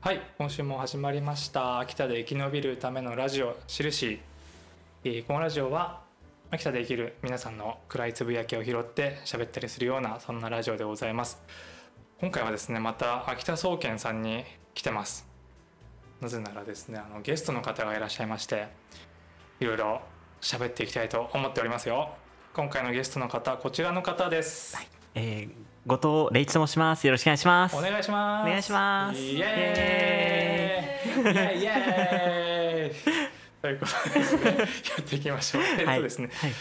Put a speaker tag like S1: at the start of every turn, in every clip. S1: はい今週も始まりました秋田で生き延びるためのラジオ「しるし」えーこのラジオは秋田で生きる皆さんの暗いつぶやきを拾って喋ったりするようなそんなラジオでございます今回はですねまた秋田総研さんに来てますなぜならですねあのゲストの方がいらっしゃいましていろいろ喋っていきたいと思っておりますよ今回のゲストの方こちらの方です、
S2: えー、後藤礼一と申します。よろしくお願いします。
S1: お願いします。
S2: お願いします
S1: イエーイ。イエーイ。イエーイということで ですね、やっていきましょう。えっとですね、
S2: はい。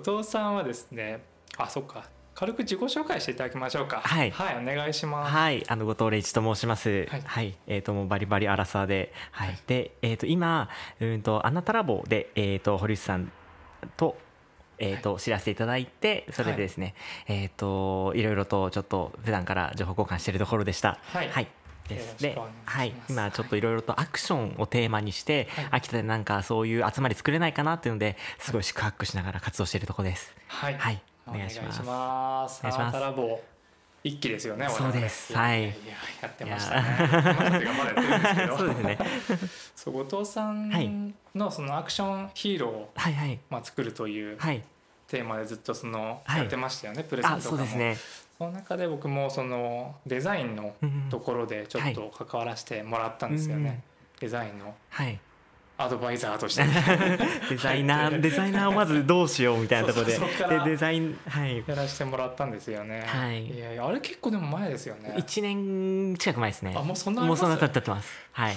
S1: 後藤さんはですね、あ、そっか。軽く自己紹介していただきましょうか。
S2: はい
S1: お願いします。
S2: はい、あの後藤礼一と申します。
S1: は
S2: はいい、えっ、ともうバリバリアラサーで、はい、で、えっ、と今、うーんとアナタラボでえっ、と堀内さんと。えーと知らせていただいてそれでですね、い、えっ、といろいろとちょっと普段から情報交換しているところでした
S1: はい
S2: です
S1: よろし
S2: で
S1: くお願いします
S2: はい、今ちょっといろいろとアクションをテーマにして、
S1: はい
S2: 秋田でなんかそういう集まり作れないかなっていうのですごい四苦八苦しながら活動しているところです
S1: はい。
S2: はい
S1: お
S2: お
S1: 願
S2: 願
S1: いし
S2: いし
S1: ま。
S2: ますす
S1: お願いし
S2: お願いします
S1: ラボ。一期ですよね。我々
S2: そうです
S1: ややや
S2: はい
S1: やってましたね。やってましたっていうかまだやってるんですけど。
S2: そうですね。
S1: そう後藤さ
S2: はい
S1: んのそのアクションヒーローを
S2: はいはい
S1: まあ作るという
S2: はい
S1: テーマでずっとその
S2: はい
S1: やってましたよね、プレゼン
S2: あ
S1: トと
S2: そ
S1: か
S2: う
S1: も
S2: ですね
S1: その中で僕もそのデザインの
S2: うんうん
S1: ところでちょっと関わらせてもらったんですよね、
S2: はいうん
S1: デザインの
S2: はい
S1: アドバイザーと して
S2: デザイナ
S1: はい
S2: ーデザイナーをまずどうしようみたいなところで
S1: そうそうそっから
S2: でデザインはい
S1: やらせてもらったんですよね、
S2: はい
S1: やいやあれ結構でも前ですよね
S2: 1年近く前ですね
S1: あもうそんな
S2: もうそんな
S1: 経
S2: 経っちゃってますはい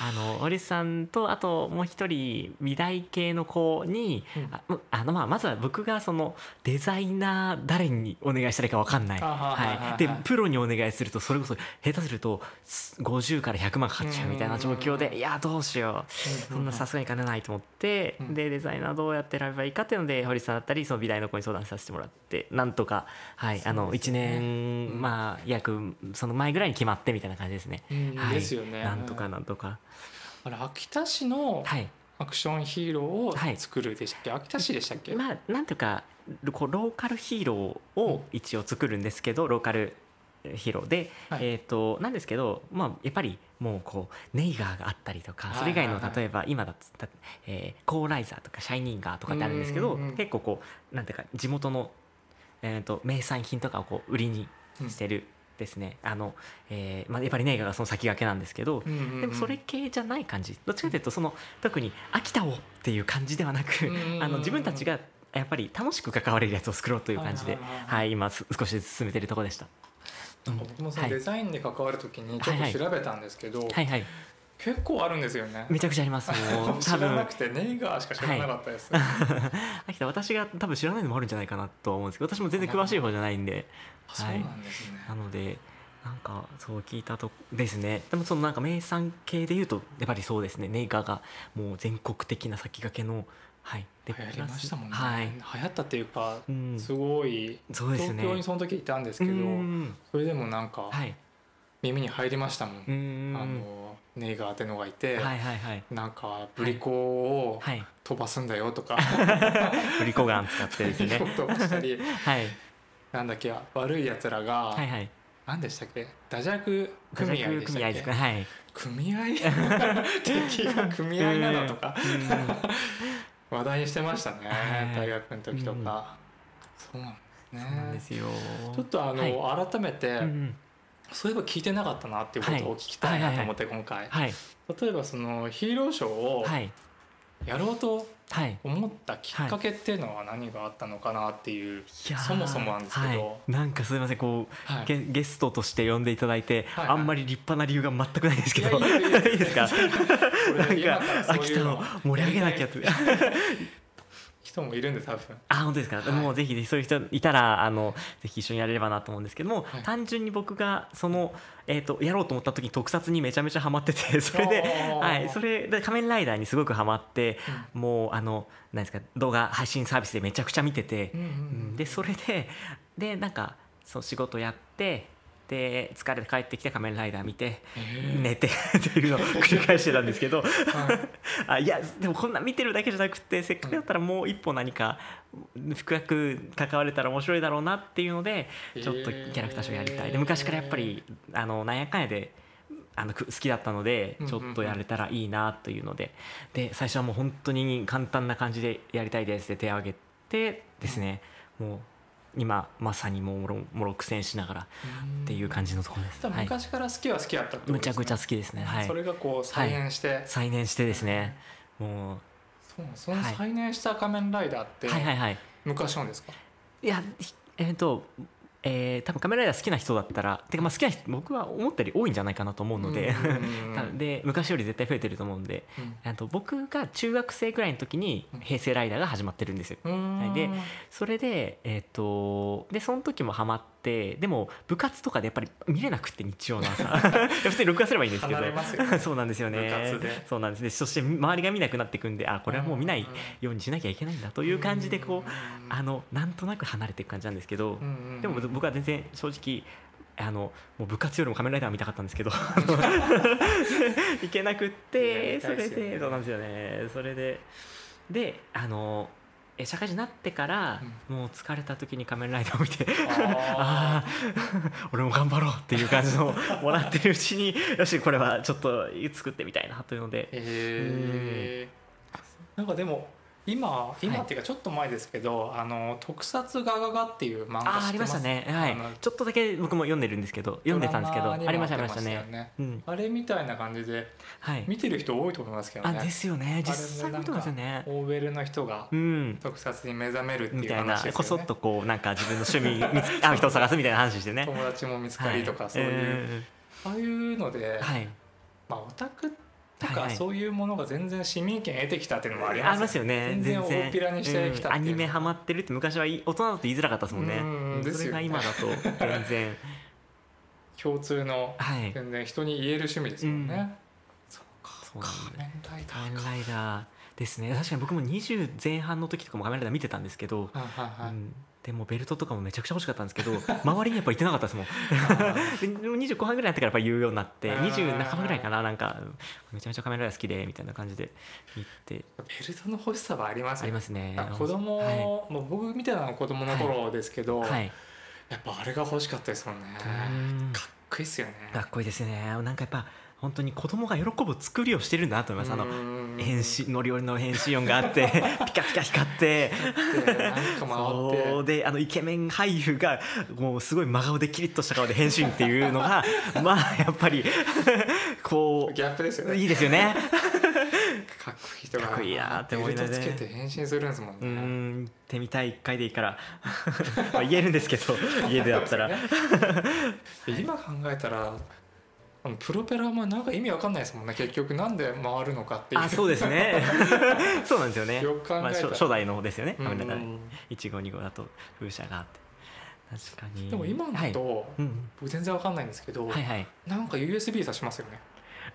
S2: あの堀さんとあともう一人美大系の子に、
S1: うん
S2: あうあのまあまずは僕がそのデザイナー誰にお願いしたらいいか分かんない、
S1: あはいはいはいは
S2: はいい、でプロにお願いするとそれこそ下手するとす50から100万かかっちゃうみたいな状況
S1: うん
S2: でいやどうしようそんなさすがに金ないと思って、
S1: うん
S2: でデザイナーどうやって選べばいいかっていうので堀さんだったりその美大の子に相談させてもらってなんとか、はいあ
S1: そう
S2: の
S1: です
S2: 1
S1: よね
S2: 年、
S1: うん
S2: まあ約その前ぐらいに決まってみたいな感じですね。
S1: うん
S2: はい、
S1: ですよね
S2: なんとか
S1: うん
S2: なんとか、
S1: あれ秋田市の
S2: はい
S1: アクションヒーローを
S2: はい
S1: 作るでしたっけ、秋田市でしたっけ、
S2: まあなんとかこうローカルヒーローを一応作るんですけど、ローカルヒーローで、
S1: はい
S2: えー、となんですけど、まあ、やっぱりもうこうネイガーがあったりとかそれ以外
S1: は
S2: の
S1: いはいはい
S2: 例えば今だと、たえーコーライザーとかシャイニンガーとかってあるんですけ
S1: う
S2: ど
S1: んうんうん
S2: 結構こうなんていうか地元の、えー、と名産品とかをこう売りにしてるですね、あのえーまあ、やっぱりネイガーがその先駆けなんですけど、
S1: うんうんうん
S2: でもそれ系じゃない感じどっちかというとその特に秋田をっていう感じではな
S1: う
S2: く、
S1: んうんうんうん
S2: あの自分たちがやっぱり楽しく関われるやつを作ろうという感じで、
S1: は
S2: はいい
S1: はいはいはい
S2: 今す少しずつ進めてるところでした。うん
S1: 僕もそ
S2: は
S1: の
S2: い
S1: デザインで関わるときにちょっと調べたんですけど、
S2: はいはい、
S1: 結構あるんですよね。
S2: めちゃくちゃあり ますもう
S1: 知
S2: 多
S1: らな
S2: 分
S1: くてネイガーしか知らなかったです。
S2: 秋田私が多分知らないのもあるんじゃないかなとは思うんですけど私も全然詳しい方じゃないんで
S1: あ そうなんですね。
S2: なのでなんかそう聞いたとこですねでもそのなんか名産系でいうとやっぱりそうですねネイガーがもう全国的な先駆けのはい
S1: 流
S2: で
S1: 行りましたもんね。
S2: はい、
S1: 流行ったっていうか
S2: うん、
S1: すごい
S2: そうです
S1: 東
S2: ね
S1: 京にその時いたんですけど、
S2: うん
S1: それでもなんか
S2: はい
S1: 耳に入りましたもん。
S2: うん
S1: あのネイガーってのがいて、
S2: はいはいはい
S1: なんかブリコを
S2: はい
S1: 飛ばすんだよとか、
S2: ブリコガン使ってですね
S1: 飛ばしたり、
S2: はい
S1: なんだっけ悪い奴らが、
S2: はいはい
S1: なんでしたっけダジャク組合で
S2: 組
S1: した
S2: 合
S1: っ
S2: です
S1: け
S2: か。はい
S1: 組合 敵が組合なのとか
S2: うん
S1: 話題にしてましたね、
S2: はい
S1: 大学の時とか、そう
S2: そうな
S1: なんで
S2: んです
S1: ね
S2: すよ
S1: ちょっとあの、改めて、
S2: うんうん
S1: そういえば聞いてなかったなっていうことを聞きたいなと思って今回、
S2: はい
S1: 例えばそのヒーローショーを
S2: はい
S1: やろうと
S2: はい
S1: 思ったきっかけっていうのは何があったのかなっていう、
S2: いやー
S1: そもそもなんですけど
S2: はいなんかすみませんこう、
S1: はい
S2: ゲゲストとして呼んでいただいて、
S1: はいはい
S2: あんまり立派な理由が全く ないんですけど
S1: いやいいですいいです
S2: いいですか
S1: 俺
S2: なん
S1: 今
S2: か
S1: からそう
S2: 秋
S1: いう
S2: 田
S1: の
S2: を盛り上げなきゃって
S1: 人もいるんで多分
S2: あ本当ですか、
S1: はい
S2: もうぜひぜひそういう人いたらあのぜひ一緒にやれればなと思うんですけども、
S1: はい
S2: 単純に僕がその、えー、とやろうと思った時に特撮にめちゃめちゃハ マっててそれで、
S1: おー
S2: はい、それで仮面ライダーにすごくハマって、もうあのなんですか動画配信サービスでめちゃくちゃ見てて、
S1: うんうん
S2: うんでそれででなんかそう仕事やってで疲れて帰ってきて仮面ライダー見て寝てっていうのを繰り返してたんですけど
S1: はい
S2: あいやでもこんな見てるだけじゃなくてせっかくだったらもう一歩何か深く関われたら面白いだろうな っていうのでちょっとキャラクターショーやりたいで昔からやっぱりあのなんやかんやであのく好きだったので
S1: うんうん
S2: ち
S1: う
S2: ょ
S1: ん
S2: っとやれたらいいなというのでで最初はもう本当に簡単な感じでやりたいですって手を挙げてですねもう今まさにもうもろもろ苦戦しながらっていう感じのところです。
S1: 多分
S2: はい、
S1: 昔から好きは好きだったってこと
S2: むちゃくちゃ好きですね。はい
S1: そ、れがこう再現して、
S2: 再燃してですねも
S1: そうその
S2: はい
S1: 再燃した仮面ライダーって
S2: うはいはいはい
S1: 昔のですか、
S2: いやひえっ、とえー多分カメライダー好きな人だったらてかまあ好きな人僕は思ったより多いんじゃないかなと思うので、
S1: うんうんうん
S2: 多分 で昔より絶対増えてると思うんであと僕が中学生くらいの時に
S1: うん
S2: 平成ライダーが始まってるんですよ
S1: うん
S2: はいうで
S1: ん
S2: それでえっ、とでその時もハマってでも部活とかでやっぱり見れなくって日曜の 朝いや普通に録画すればいいんですけど
S1: 離れますよね
S2: そうなんですよね
S1: 部活で
S2: そうなんですねそして周りが見なくなっていくんであ これはもう見ないようにしなきゃいけないんだと
S1: と
S2: いう感じでこう
S1: う
S2: あのなんとなく離れていく感じなんですけど、でも僕は全然正直あのもう部活よりも仮面ライダー見たかったんですけ ど行けなくっ
S1: や
S2: て
S1: り
S2: そ
S1: たいで
S2: れ
S1: すよね
S2: でそうなんですよねそれでであのえ社会人になってから、もう疲れた時に仮面ライダーを見てああー俺も頑張ろうっていう感じのもらってるうちによしこれはちょっと作ってみたいなというので
S1: えー、なんかでも今今っていうかちょっと前ですけど「あの特撮ガガガ」っていう漫画
S2: ああーあ
S1: 知っ
S2: り
S1: て
S2: ま
S1: ま
S2: し
S1: す
S2: たねはい
S1: あの
S2: ちょっとだけ僕も読んでるんですけど読んでたんですけど
S1: ドラ
S2: あ
S1: マにも
S2: りましたありました
S1: なっ
S2: ね
S1: てまよ
S2: うん
S1: あれみたいな感じで
S2: はい
S1: 見てる人多いと思いますけど
S2: あ
S1: ね
S2: ですよね
S1: あれも
S2: 実際
S1: な
S2: 見
S1: ん
S2: て
S1: か
S2: ますよね
S1: オーベルの人が
S2: うん
S1: 特撮に目覚めるって
S2: み
S1: いう
S2: たいな
S1: 話ですよね
S2: こそっとこうなんか自分の趣味見つあ人を探すみたいな話してね
S1: 友達も見つかりとか、
S2: はい
S1: そういう、
S2: ん
S1: ああいうので、
S2: はい
S1: まあオタクと
S2: はい
S1: か
S2: はい
S1: そういうものが全然市民権得てきたっていうのもあります
S2: よね
S1: 全然大っぴらにしてきたっていう
S2: うんアニメハマってるって昔はい大人だと言いづらかったですもんね
S1: うん
S2: うんそれが今だと全然
S1: 共通の
S2: はい
S1: 全然人に言える趣味ですもんね、
S2: うんそう
S1: 仮
S2: なんです
S1: 面ライダ
S2: 仮
S1: ー
S2: 面
S1: か
S2: ライダーですね確かに僕も20前半の時とかも仮面ライダー見てたんですけど、
S1: はいは
S2: う
S1: いはい
S2: んでもベルトとかもめちゃくちゃ欲しかったんです けど周りにやっぱ行ってなかったですもん ででも20後半ぐらいになってからやっぱ言うようになって
S1: あー
S2: 20半ばぐらいかななんかめちゃめちゃカメラが好きでみたいな感じで行って
S1: ベルトの欲しさはあります
S2: あ
S1: よ
S2: りますね
S1: あ子供、
S2: はい
S1: もう僕みたいなのは子供の頃ですけど、
S2: はい
S1: やっぱあれが欲しかったですもんね、
S2: うん
S1: かっこいいっすよね
S2: かっこいいですねなんかやっぱ本当に子供が喜ぶ作りをしてるんだなと思いますあの
S1: うん
S2: 変身ノリオリの変身音があって ピカピカ光って
S1: でなんか回
S2: そ
S1: っ
S2: うであのイケメン俳優がもうすごい真顔でキリッとした顔で変身っていう のがまあやっぱり こ
S1: てギャップですよ
S2: う
S1: ね
S2: いいですよね
S1: かっこいい人が
S2: かっこいいなって思いなが
S1: ベ
S2: ら
S1: ル
S2: ね
S1: トつけて変身するんですもん
S2: う
S1: ね、
S2: ーん行ってみたい1回でいいから まあ言えるんです けど家でだったら
S1: で今考えたらあのプロペラもなんか意味わかんないですもんね結局なんで回るのかっていう
S2: あそうですねそうなんですよね
S1: よく考えたら
S2: まあ、初初代の方ですよね
S1: うん
S2: 仮面ライダー1号2号だと風車があって確かに
S1: でも今
S2: は
S1: だ
S2: い
S1: と、
S2: うん
S1: 僕全然わかんないんですけど、
S2: はいはい
S1: なんか USB 挿しますよね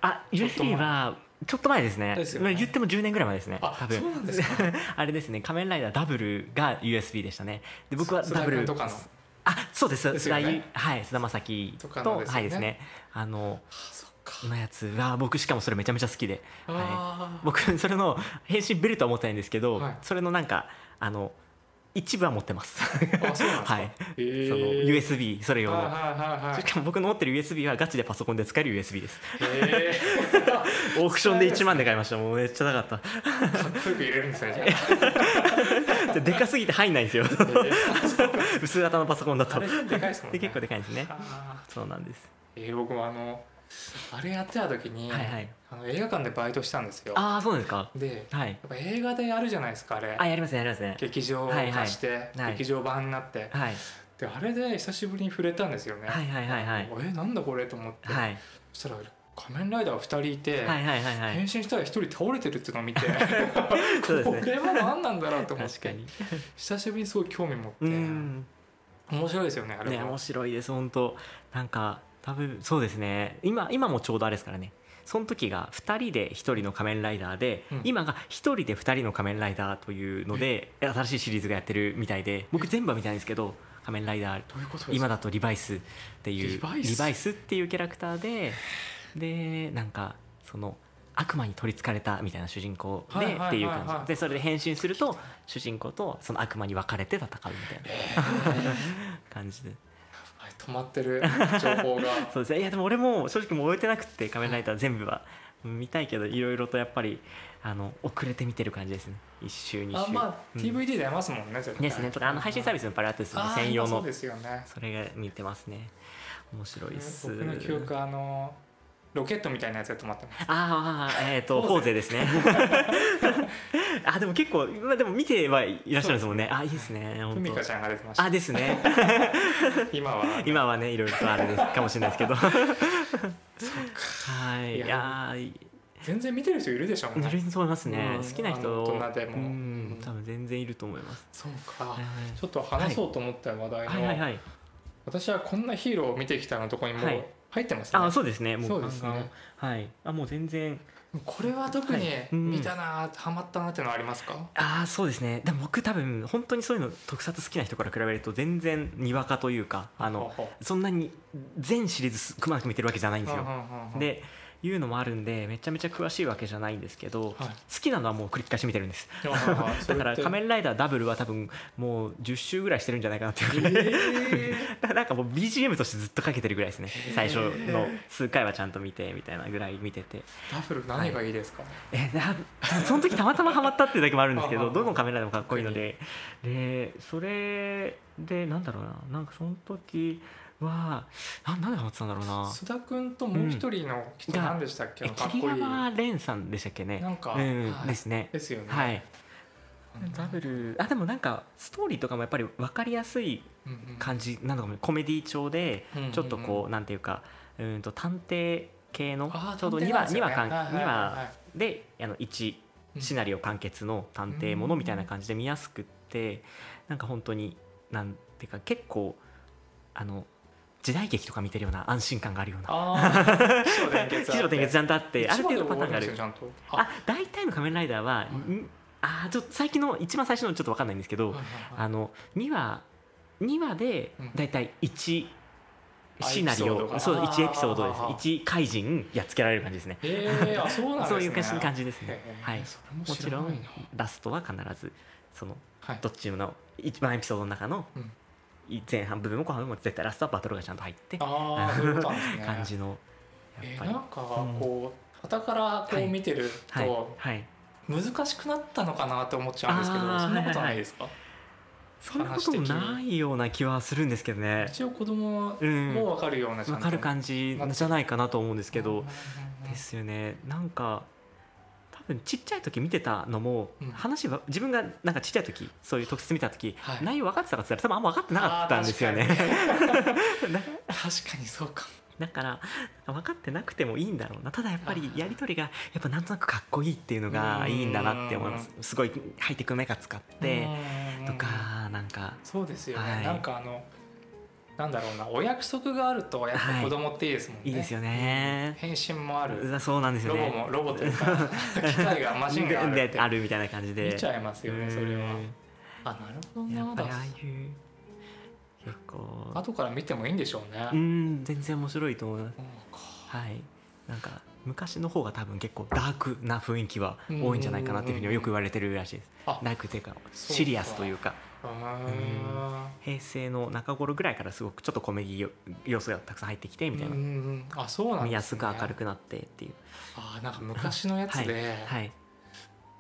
S2: あ
S1: ちょっと
S2: USB
S1: 前
S2: はちょっと前ですね
S1: ですよね
S2: 言っても10年ぐらい前ですね多
S1: あ
S2: 分
S1: そうなんですか
S2: あれですね仮面ライダーダブルが USB でしたねで 僕は
S1: ス
S2: ダブ
S1: ス
S2: ル
S1: ライダーとかの
S2: あそうです
S1: ですよね
S2: 菅田ゆはい菅田将暉と
S1: とかのですよね
S2: はいですねあの
S1: あそっか
S2: のやつは僕しかもそれめちゃめちゃ好きで、は
S1: あ
S2: い、僕 それの変身ベルトは持ってないんですけど、
S1: はい
S2: それのなんかあの一部は持って ます
S1: ーあそうなんですか、
S2: はい
S1: えー、
S2: その USB それ用
S1: はいは
S2: の
S1: いはいはい
S2: しかも僕の持ってる USB はガチでパソコンで使える USB です
S1: え
S2: オークションで1万で買いましたもうめっちゃ高かっ
S1: ー、かっこよく入れるんですねじゃ
S2: たででかすぎて入んないんですよ
S1: あ、えー
S2: 薄型のパソコンだと
S1: あれでかいですもん
S2: で
S1: ね
S2: 結構でかいんですね
S1: あ
S2: そうなんです
S1: ーえー僕もあのあれやってた時に、
S2: はいはい
S1: あの映画館でバイトしたんですよ
S2: ああそうなんですか
S1: でや
S2: はい
S1: っぱ映画でやるじゃないですかあれ
S2: あやりますねやりますね
S1: 劇場化して、
S2: はい
S1: 劇場版になって、
S2: はい
S1: であれで久しぶりに触れたんですよね、
S2: はいはいはいはい
S1: えーなんだこれと思って、
S2: はい
S1: そしたら仮面ライダー2人いて、
S2: はいはいはいは
S1: 変
S2: い
S1: 身したら1人倒れてるっていうのを見て
S2: そうです
S1: こ
S2: ね
S1: れは何なんだろうと思って
S2: 確かに
S1: 久しぶりにすごい興味持って、
S2: うん
S1: 面白いですよねあれ
S2: ね、
S1: も、
S2: 面白いです本当なんか多分そうですね今今もちょうどあれですからねその時が2人で1人の仮面ライダーで、
S1: うん
S2: 今が1人で2人の仮面ライダーというので新しいシリーズがやってるみたいで僕全部は見たいんですけど仮面ライダー
S1: どういうことです
S2: 今
S1: か
S2: だとリバイスっていう
S1: リバイス
S2: っていうキャラクターででなんかその悪魔に取りつかれたみたいな主人公で、
S1: はいはいはいはい
S2: っていう感じでそれで変身すると 主人公とその悪魔に分かれて戦うみたいな感じで
S1: あれ止まってる情報が
S2: そうですねいやでも俺も正直もう終えてなくて「仮面ライダー」全部は見たいけどいろいろとやっぱりあの遅れて見てる感じですね1週2
S1: あ
S2: 週
S1: まあ
S2: うん
S1: DVD でやりますもんね絶対
S2: ですねとかあの配信サービスのパラアティスの
S1: あー
S2: 専用
S1: 今そ
S2: の
S1: うですよね
S2: それが似てますね面白いっす
S1: 僕の記憶あのロケットみたいなやつで止まってます
S2: あーあーえっ、と
S1: ポ
S2: ポ
S1: ー
S2: ー
S1: ゼ
S2: ゼ ですねあでも結構、まあ、でも見てはいらっしゃるんですもんねあいいですね
S1: ふ
S2: 本
S1: みか
S2: 当
S1: ちゃんが出てました
S2: あですね
S1: 今は
S2: 今はねいろいろとあれですかもしれないですけ どはい
S1: い
S2: い
S1: や
S2: やー
S1: 全然見てる人いるでしょう
S2: い
S1: ね
S2: ると思いますね、
S1: うん
S2: 好きな
S1: あの
S2: 人
S1: 大人でも
S2: うん多分全然いると思います、
S1: そうか
S2: はいはい
S1: ちょっと話そうと思った話題の、
S2: はいはいはい
S1: 私はこんなヒーローを見てきたのとこにも
S2: は
S1: う
S2: い
S1: 入ってますね、
S2: あそうですねもう
S1: そうですね
S2: あのはいあもう全然
S1: これは特に
S2: はいうん
S1: 見たな、ハマったなっていうのはありますか
S2: ああそうですねでも僕多分本当にそういうの特撮好きな人から比べると全然にわかというかあの
S1: ほうほ
S2: そんなに全シリーズすくまなく見てるわけじゃないんです
S1: うんう
S2: よ
S1: んうんうん
S2: でいうのもあるんでめちゃめちゃ詳しいわけじゃないんですけど、
S1: はい
S2: 好きなのはもう繰り返し見てるんです
S1: はいはいはいそ
S2: だ
S1: れっ
S2: から「
S1: て
S2: 仮面ライダーダブルは多分もう10周ぐらいしてるんじゃないかなっていうぐらい
S1: え
S2: なんかもう BGM としてずっとかけてるぐらいですね最初の数回はちゃんと見てみたいなぐらい見てて
S1: ー、ダブル何がいいですか、
S2: えなその時たまたまハマったっていうだけもあるんですけ
S1: あああ
S2: ど
S1: あ
S2: どのカメラでもかっこいいのででそれでなんだろうななんかその時はななんでハマってたんだろうな
S1: 須田君ともう一人の人
S2: うん
S1: 何でしたっけ、
S2: え
S1: あのかっこ
S2: 桐
S1: いい
S2: 山蓮さんでしたっけね
S1: なんか
S2: うん
S1: はい
S2: ですね
S1: ですよね、
S2: はい
S1: うん
S2: ダブルあでもなんかストーリーとかもやっぱり分かりやすい
S1: うんうん
S2: 感じなのかもコメディ調で
S1: うんうんうん
S2: ちょっとこうなんていうかうーんと探偵系の
S1: あー
S2: ちょうど
S1: 探偵
S2: 2
S1: なんで
S2: 話
S1: す
S2: 2
S1: よ
S2: 話
S1: ね
S2: 完
S1: はいはい
S2: 2
S1: はい
S2: 話であの1
S1: うん
S2: シナリオ完結の探偵ものみたいな感じで見やすくってなんか本当になんていうか結構あの時代劇とか見てるような安心感があるような
S1: ああ、起承転
S2: 基
S1: 結
S2: 礎点結ちゃんとあってある程度パ
S1: パ
S2: ターンがあ
S1: る
S2: る
S1: ちゃんと。
S2: あ大体の「仮面ライダーは」んあーちょっと最近の一番最初のちょっと分かんないんですけど、
S1: はいはいはい
S2: あの2話2話で
S1: うん
S2: 大体1
S1: あ
S2: シナリ
S1: エピソード
S2: オ、
S1: が
S2: そう
S1: あー
S2: 1エピソードです
S1: あー
S2: 1怪人やっつけられる感じですね
S1: ええあ、そうなんですね。
S2: そういう感じ感じですね
S1: へえ
S2: はい
S1: それも
S2: も
S1: 知
S2: ち
S1: ら
S2: ろ
S1: ない
S2: ん
S1: な。
S2: ラストは必ずその
S1: はい
S2: どっちの一番エピソードの中の
S1: うん
S2: 前半部分も後半部分も絶対ラストはバトルがちゃんと入って
S1: ああ、そういうことなんですね。
S2: 感じのや
S1: えー
S2: っぱ
S1: な
S2: り
S1: んかこう傍からこ
S2: は
S1: う
S2: い
S1: 見てる
S2: はい
S1: と
S2: はい
S1: 難しくなったのかなって思っちゃうんですけど、
S2: あー
S1: そんなこと
S2: はい
S1: な
S2: はいはいい
S1: ですか？
S2: そんなこともないような気はするんですけどね
S1: 一応子供
S2: うん
S1: もわかるようなちゃん
S2: わ
S1: と
S2: かる感じじゃないかなと思うんですけ
S1: う
S2: ど
S1: ん
S2: ですよねなんか多分ちっちゃい時見てたのも、
S1: うん
S2: 話は自分がなんかちっちゃい時そういう特質見た時、
S1: はい
S2: 内容分かってたかって言ったら多分あんま分かってなかったんですよね
S1: あ
S2: だ
S1: 確かにそうか。
S2: だから分かってなくてもいいんだろうなただやっぱりやり取りがやっぱなんとなくかっこいいっていうのがいいんだなって思いますすごいハイテクメカ使って
S1: うん
S2: とかなんか
S1: そうですよね、
S2: はい
S1: なんかあのなんだろうなお約束があるとやっぱ子供っていいですもんね、
S2: いいですよね
S1: 変身もある
S2: うんそうなんですよ
S1: ロボ
S2: ね
S1: もロボというか機械がマシンがあるって
S2: であるみたいな感じで
S1: 見ちゃいますよねそれは
S2: うん
S1: あなるほど
S2: や
S1: な
S2: っぱりああいう結構
S1: 後から見てもいいんでしょうね、
S2: う
S1: うん
S2: ん全然面白いと思います
S1: か
S2: はいなんか昔の方が多分結構ダークな雰囲気は多いんじゃないかなっていうふうによく言われてるらしいです
S1: あ
S2: ダークっていうか
S1: そうか
S2: シリアスというか
S1: うーん
S2: 平成の中頃ぐらいからすごくちょっとコメディよ要素がたくさん入ってきてみたいな
S1: うんうんあそうなんです、ね、
S2: 見やすく明るくなってっていう
S1: あなんか昔のやつで、
S2: はい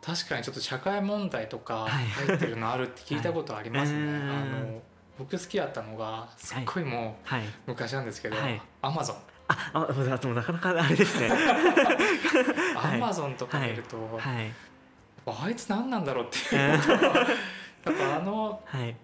S1: 確かにちょっと社会問題とか
S2: はい
S1: 入ってるのあるって聞いたことありますね、
S2: はいうん
S1: あの僕好きだったのがすっごいも
S2: はいう
S1: 昔なんですけど、
S2: はい
S1: アマゾン
S2: ああでもでもなかなかあれですね
S1: ア
S2: はい
S1: マゾンとか見ると、
S2: はい
S1: あいつ何なんだろうって
S2: う
S1: いう、
S2: ん
S1: やっぱあの
S2: はい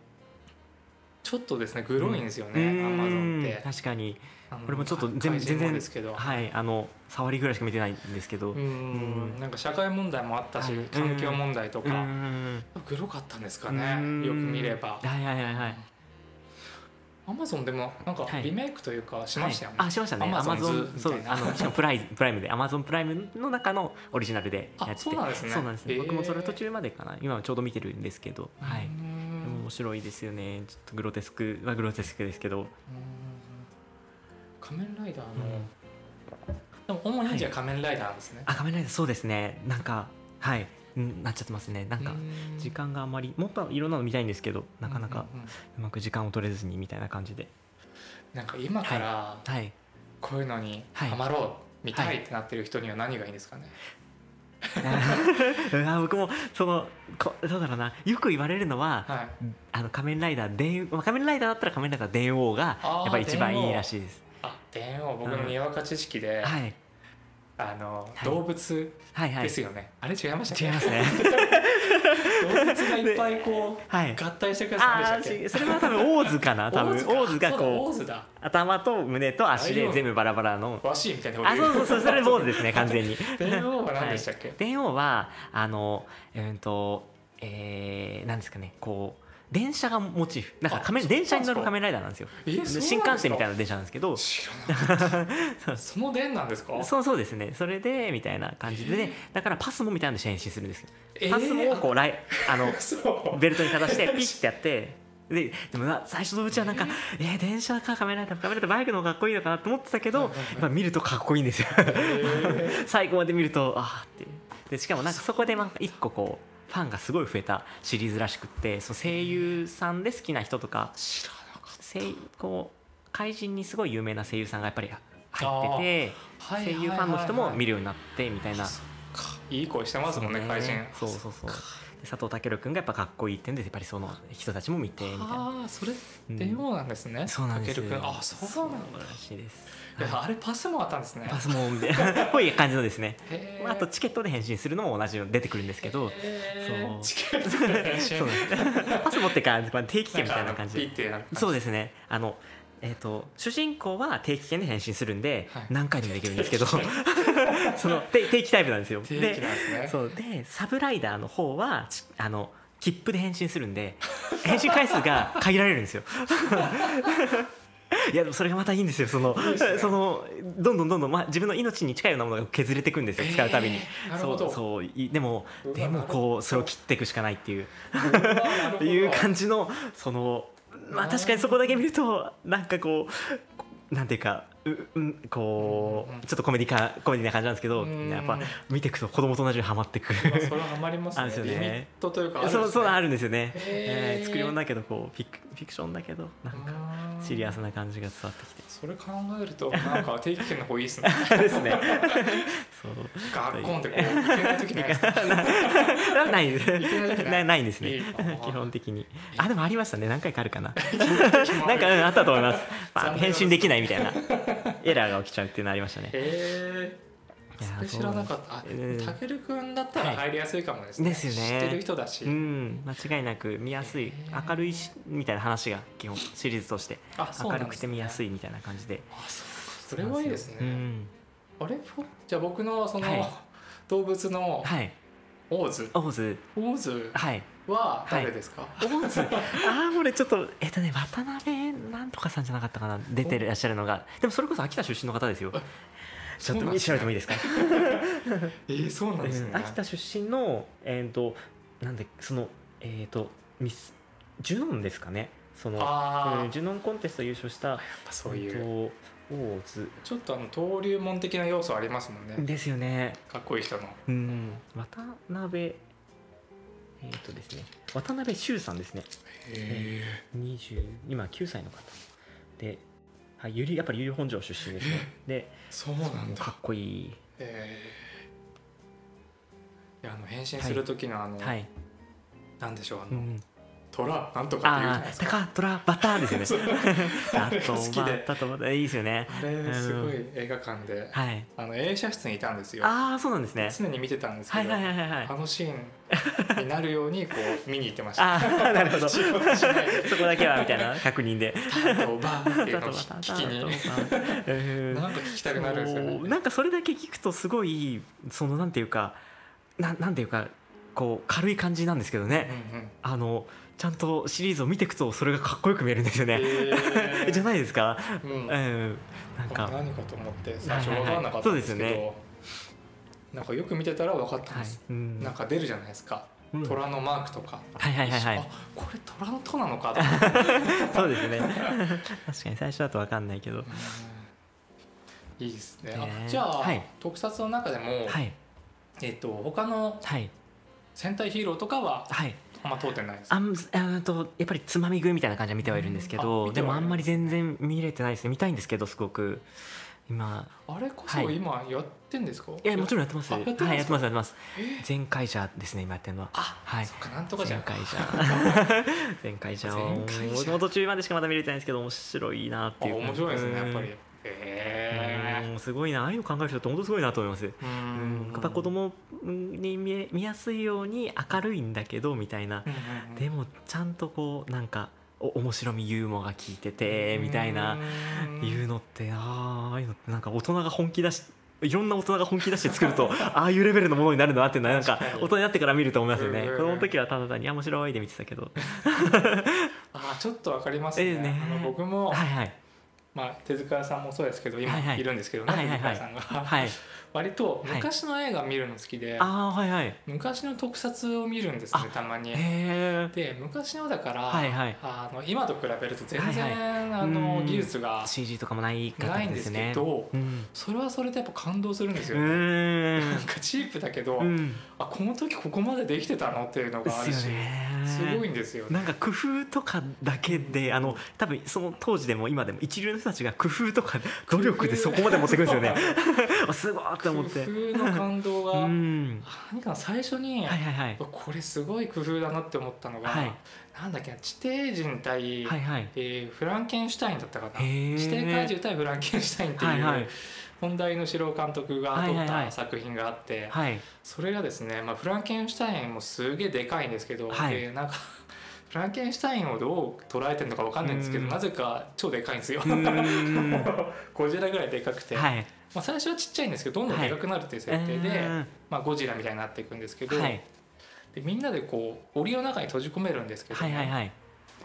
S1: ちょっとですねグロいんですよ
S2: う
S1: ね、アマゾンっ
S2: ん
S1: て
S2: 確かに
S1: あの
S2: 俺もちょっと全
S1: 怪人
S2: 全
S1: も
S2: 然
S1: ですけど、
S2: はいあの触りぐらいしか見てないんですけど
S1: う
S2: うんうん
S1: なんか社会問題もあったし、
S2: はい
S1: 環境問題と
S2: ー
S1: か、
S2: ん
S1: グロかったんですか
S2: うーん
S1: ねよく見れば
S2: はいはいはいはい
S1: アマゾンでもなんか
S2: はい
S1: リメイクというかしましたよね、
S2: はいあしましたね
S1: Amazon
S2: アマゾ
S1: Zoo
S2: ン
S1: み
S2: そ
S1: た
S2: う
S1: いな
S2: あのしかもプライプライムでアマゾンプライムの中のオリジナルで
S1: あ
S2: やってて
S1: そうなんですね
S2: そうなんですね
S1: へー
S2: 僕もそれ途中までかな今はちょうど見てるんですけどはいう
S1: ーん
S2: でも面白いですよねちょっとグロテスクはグロテスクですけど
S1: うん仮面ライダーの、
S2: うん
S1: でも主にじゃあ仮面ライダーですね、
S2: あ仮面ライダーそうですねなんかはいうんなっちゃってますねなんか
S1: うん
S2: 時間があまりもっといろんなの見たいんですけどなかなか
S1: うんうんうん
S2: うまく時間を取れずにみたいな感じで
S1: なんか今から
S2: はい
S1: こういうのに
S2: はい
S1: ハマろう、見た
S2: はい
S1: いってなってる人には何がいいんですかね、
S2: うわ僕もそのこどうだろうなよく言われるのは、
S1: はい、
S2: あの仮面ライダー電まあ仮面ライダーだったら仮面ライダー電王が
S1: あー
S2: やっぱり一番
S1: 電王
S2: いいらしいです
S1: あ電王僕のにわか知識で、
S2: はい
S1: あの
S2: はい
S1: 動物
S2: はいはい
S1: ですよね、あれ違いましたっけ
S2: 違います ね
S1: 動物がいっぱいこう、
S2: はい
S1: 合体してくれたんでした
S2: あ
S1: っ
S2: あ
S1: け
S2: それは多分オーズかな多分オーズが
S1: そうだ
S2: こ
S1: オ
S2: う
S1: ーズだ
S2: 頭と胸と足
S1: あいい
S2: で
S1: よ
S2: 全部バラバラの
S1: わしみたいなこと
S2: あ
S1: 言
S2: そうそうそうそれ坊主ですね完全に
S1: 電王は何でしたっけ、
S2: 電王はあのうんとえー、なんですかねこう電車がモチーフなんか仮
S1: あ
S2: 面電車に乗
S1: そう
S2: る
S1: な
S2: 仮
S1: ん
S2: 面ライダーなんですよ
S1: えそうなんですか
S2: 新幹線みたいな電車なんですけど
S1: 知らな かったその電なんですか
S2: そうそうですねそれでみたいな感じで、
S1: えー
S2: だからパスモみたいなので変身するんですよ、
S1: えー
S2: パスモをこうライあの
S1: そう
S2: ベルトにか ざしてピッてやってででもな最初のうちはなんか、えー電車かカメライダーカメライダーバイクの方がかっこいいのかなと思ってたけど、やっぱ見るとかっこいいんですよ
S1: え
S2: 最後まで見るとああっていうでしかもなんかそこでなんか一個こうファンがすごい増えたシリーズらしくってその声優さんで好きな人とか
S1: ー知らなかっ
S2: 声こう怪人にすごい有名な声優さんがやっぱり入ってて
S1: たはい
S2: 声優ファンの人も見るようになってみたいな。
S1: いい声してますもんね怪人
S2: そうそうそうで佐藤健君がやっぱかっこいいってんでやっぱりその人たちも見てみたいな
S1: ああそれ
S2: うん
S1: 電王なんですね、
S2: そうなんで
S1: た
S2: す
S1: けるくんあそうなんだ
S2: らしいです
S1: いやあれパスもあったんですね
S2: パスモンでこう いう感じのですね
S1: へー
S2: まああとチケットで変身するのも同じように出てくるんですけど
S1: へー
S2: そう
S1: チケットの練習
S2: そうなんです パス持ってからまあ定期券みたいな感じ
S1: ピ
S2: で
S1: ッてなんか
S2: そうですねあのえー、と主人公は定期券で変身するんで、
S1: はい
S2: 何回でもできるんで すけど
S1: 定
S2: そので定期タイプなんですよ
S1: 定期なんですね
S2: そうでサブライダーの方はちあの切符で変身するんで変身回数が限られるんですよ いやでもそれがまたいいんですよその
S1: いいですね
S2: そのどんどんどんどん、まあ、自分の命に近いようなものが削れていくんですよ使うたびに、
S1: えーなるほど
S2: そうそういでも
S1: うわ
S2: でも
S1: なるほ
S2: こ
S1: ど
S2: うそれを切っていくしかないっていう
S1: うわなるほど
S2: いう感じのそのまあ
S1: あー
S2: 確かにそこだけ見るとなんかこうなんていうかううんこ
S1: うんうんうん
S2: うちょっとコメディかコメディな感じなんですけど
S1: うん
S2: やっぱ見ていくと子供と同じようにハマってくる
S1: まあそれはハマります
S2: あるん
S1: ね
S2: ですよ
S1: リ
S2: ね
S1: ミットというかあるんです
S2: そ
S1: ね
S2: うそうあるんですよね、
S1: へー
S2: えー作り物だけどこうフィクフィクションだけどなん
S1: う
S2: か
S1: ーん
S2: シリアスな感じが伝わってきて
S1: それ考えるとなんか定期券の方いいです ね
S2: です ねそう
S1: ガッコンってこう行けない時ないですか
S2: ない
S1: ない時ない
S2: ないないんです
S1: い
S2: ね
S1: いあー
S2: 基本的にあでもありましたね何回かあるかな
S1: もあ
S2: なん
S1: る
S2: かうんあったと思います、ま
S1: 残
S2: あ、
S1: 念な
S2: 返信できないみたいなエラーが起きちゃうっていうのありましたね
S1: へえ
S2: いや
S1: それ知らなかったあ
S2: そうなんです
S1: たけるくんだったら入りやすいかもですね,、
S2: はいですよね
S1: 知ってる人だし、
S2: うん間違いなく見やすい明るいしみたいな話が基本シリーズとして
S1: あそう
S2: 明
S1: なんですね
S2: るくて見やすいみたいな感じで
S1: あそうかそれはいいですね、
S2: うん
S1: あれフォじゃあ僕のその、
S2: はい
S1: 動物の
S2: はい
S1: オーズ
S2: オーズ
S1: オーズ
S2: はい
S1: は誰ですか、
S2: オーズああこれちょっとえっとね渡辺なんとかさんじゃなかったかな出てらっしゃるのがでもそれこそ秋田出身の方ですよ
S1: あ
S2: ち
S1: そ
S2: ょっ
S1: うなんで
S2: と
S1: す
S2: 調
S1: ね
S2: べてもいいですか
S1: えー、そうなんですね、
S2: うん秋田出身のえっ、となんでそのえっ、とミスジュノンですかねその
S1: ああ、
S2: うん
S1: やっ
S2: ジュノンコンテスト優勝した
S1: ぱそういう
S2: えっとオーズ
S1: ちょっとあの登竜門的な要素ありますもんね、
S2: ですよね
S1: かっこいい人の
S2: うん渡辺えっ、とですね渡辺修さんですね
S1: へ
S2: 20今9歳の方で、はい、ゆりやっぱりゆり本庄出身です ねで
S1: えそうなんだ
S2: かっこいい
S1: えーいやあの変身する時のあの、
S2: はい、
S1: なんでしょうあの、
S2: うん、
S1: 虎なんとかって言うじゃ
S2: あ
S1: ないで
S2: あ
S1: す
S2: タ
S1: か
S2: カトラバターです よねあと
S1: 好き
S2: バ
S1: で
S2: タとバタいいですよね
S1: あれすごい
S2: うん
S1: 映画館で、
S2: はい
S1: あの映写室にいたんですよ
S2: ああそうなんですね
S1: 常に見てたんですけ
S2: はい
S1: ど、
S2: はいはいはいはい
S1: あのシーンになるようにこう見に行ってました
S2: ああ なる ほど
S1: 仕
S2: そ
S1: 事しないで
S2: こだけはみたいな確 認で
S1: あとバーンっていうのを
S2: バ
S1: 聞
S2: タバ
S1: き
S2: タ
S1: に
S2: うん
S1: なんか聞きたくなるんですよ
S2: そう
S1: ね
S2: なんかそれだけ聞くとすごいそのなんていうかななんていうかこう軽い感じなんですけどね、
S1: うんうん
S2: あのちゃんとシリーズを見ていくとそれがかっこよく見えるんですよね、
S1: えー
S2: じゃないですか、
S1: う
S2: うんん、なんか
S1: あ何かと思って最初分からなかっ
S2: はいはいはい
S1: た
S2: そ
S1: ん
S2: う
S1: で
S2: ですす
S1: け
S2: よ
S1: ど、
S2: ね
S1: なんかよく見てたら分かったん
S2: は
S1: で
S2: い
S1: す、
S2: うん
S1: なんか出るじゃないですか、
S2: うん
S1: 虎のマークとか、
S2: はいはいはいはい
S1: あこれ虎のとなのかと思って
S2: そうですね確かに最初だと分かんないけ
S1: う
S2: ど、
S1: んいいですね、あ
S2: ね
S1: じゃあ、
S2: はい
S1: 特撮の中でも、
S2: はい
S1: えっと他の
S2: はい
S1: 戦隊ヒーローとかは
S2: はい
S1: あんま通ってないです
S2: あんあんとやっぱりつまみ食いみたいな感じは見てはいるんですけ
S1: うんあ
S2: ど、
S1: 見て
S2: で
S1: はいる
S2: もあんまり全然見れてないですね見たいんですけどすごく今
S1: あれこ
S2: は
S1: そ
S2: い
S1: 今やってんですか、
S2: いやもちろんやってます
S1: あやってます
S2: はいやってますやってます全会者ですね今やってるのは
S1: あ
S2: はい
S1: そっかなんとかじゃん
S2: 全会者 全会者を
S1: 全会者
S2: 僕も途中までしかまだ見れてないんですけど面白いなって
S1: あ
S2: いう
S1: 面白いですねやっぱりへ
S2: う
S1: え
S2: んすごいなああいうの考える人って本当すごいなと思います
S1: う
S2: うんやっぱ子供に見え見やすいように明るいんだけどみたいな
S1: うんうんうん
S2: でもちゃんとこうなんかお面白みユーモアが効いててみたいな
S1: うん
S2: いうのってあーああいうのってなんか大人が本気出しいろんな大人が本気出して作 るとああいうレベルのものになるんだなっていうのはなんか
S1: 確かに
S2: 大人になってから見ると思いますよね
S1: うんうんうん
S2: 子供の時はただ単にあ面白いで見てたけど
S1: あちょっとわかりますね,、
S2: ええね
S1: あの僕も、
S2: はいはい
S1: まあ、手塚さんもそうですけど今
S2: はいはい
S1: いるんですけどね、
S2: はいはいは
S1: 手塚
S2: い
S1: さんが、
S2: はい
S1: 割と
S2: はい
S1: 昔の映画見るの好きで、
S2: ああはいはいへ
S1: 昔の特撮を見るんですね
S2: あ
S1: たまに。
S2: え
S1: で昔のだから、
S2: はいはい
S1: あの今と比べると全然、
S2: はい
S1: あの
S2: うん
S1: 技術が
S2: CG とかもないかった
S1: ないん
S2: んで
S1: ですす
S2: ね
S1: けど
S2: うん
S1: それはそれでやっぱ感動するんです
S2: う
S1: よね。
S2: ーん
S1: なんかチープだけど、
S2: うん
S1: あこの時ここまでできてたのっていうの
S2: で
S1: があ
S2: す
S1: る
S2: よ
S1: しす,、
S2: ね
S1: ごいんですよね。
S2: なんか工夫とかだけであの多分その当時でも今でも一流の人たちが工夫とか努力でそこまで持ってくるんですよね あすごいって思って
S1: 工夫の感動が、
S2: うん
S1: 何か最初に、
S2: はいはいはい
S1: これすごい工夫だなって思ったのが、
S2: はい
S1: なんだっけな地底人対、
S2: はいはい
S1: えーフランケンシュタインだったかな
S2: へー
S1: 地底怪獣対フランケンシュタインって、
S2: はいいうはい
S1: 本題の城監督が撮
S2: は
S1: っ
S2: いはいは
S1: た
S2: い
S1: 作品があって、
S2: はい
S1: それがですね、まあ、フランケンシュタインもすげえでかいんですけど、
S2: はい
S1: えーなんかフランケンシュタインをどう捉えてるのかわかんないんですけど
S2: うん
S1: なぜか超でかいんですよ。
S2: うーん
S1: ゴジラぐらいでかくて、
S2: はい
S1: まあ、最初はちっちゃいんですけどどんどんでかくなるっていう設定で、
S2: うん
S1: まあ、ゴジラみたいになっていくんですけど、
S2: はい
S1: でみんなでこう檻の中に閉じ込めるんですけど、
S2: はいはいはい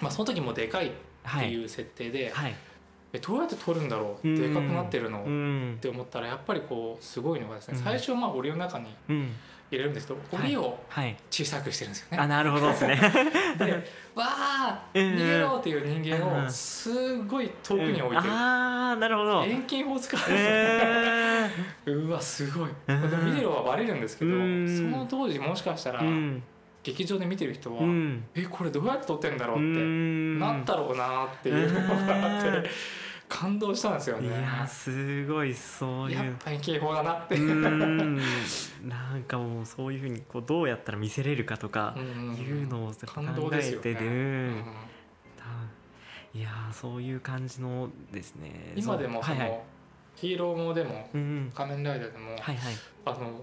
S1: まあ、その時もでかいっていう設定で、
S2: はい
S1: えどうやって取るんだろう
S2: うん
S1: でかくなってるの、
S2: う
S1: っ
S2: ん
S1: て思ったらやっぱりこうすごいのがですね
S2: うん
S1: 最初まあ檻の中に
S2: うん
S1: 入れるんですけど
S2: はい
S1: 檻を
S2: はい
S1: 小さくしてるんですよね。
S2: あなるほどですね
S1: で「わあ
S2: うん
S1: 逃げろ!」っていう人間
S2: う
S1: を
S2: ん
S1: すごい遠くに置いてる。
S2: ああなるほど
S1: 遠近法使われてるんですよね
S2: え
S1: うわすごい、
S2: うん
S1: でも見てるはバレるんですけどそ
S2: うん
S1: の当時もしかしたら
S2: ーうん
S1: 劇場で見てる人は、
S2: うん
S1: えこれどうやって撮ってんだろ
S2: う
S1: うって
S2: ん
S1: なんだろうなっていうのがあっ
S2: う
S1: て
S2: ん
S1: 感動したんですよ
S2: い
S1: ね。
S2: やーすごいそうい
S1: やっ
S2: う
S1: ぱり警報だなって。
S2: うーんなんかもうそういうふうにこうどうやったら見せれるかとか
S1: うん
S2: いうのを考
S1: 感動で
S2: え
S1: す
S2: て
S1: よ
S2: て
S1: ね。
S2: う
S1: うんん
S2: いやーそういう感じのですね
S1: 今でも
S2: そ
S1: そ
S2: のはいはい
S1: のヒーローもでも
S2: うん
S1: 仮面ライダーでも
S2: はいはい
S1: あの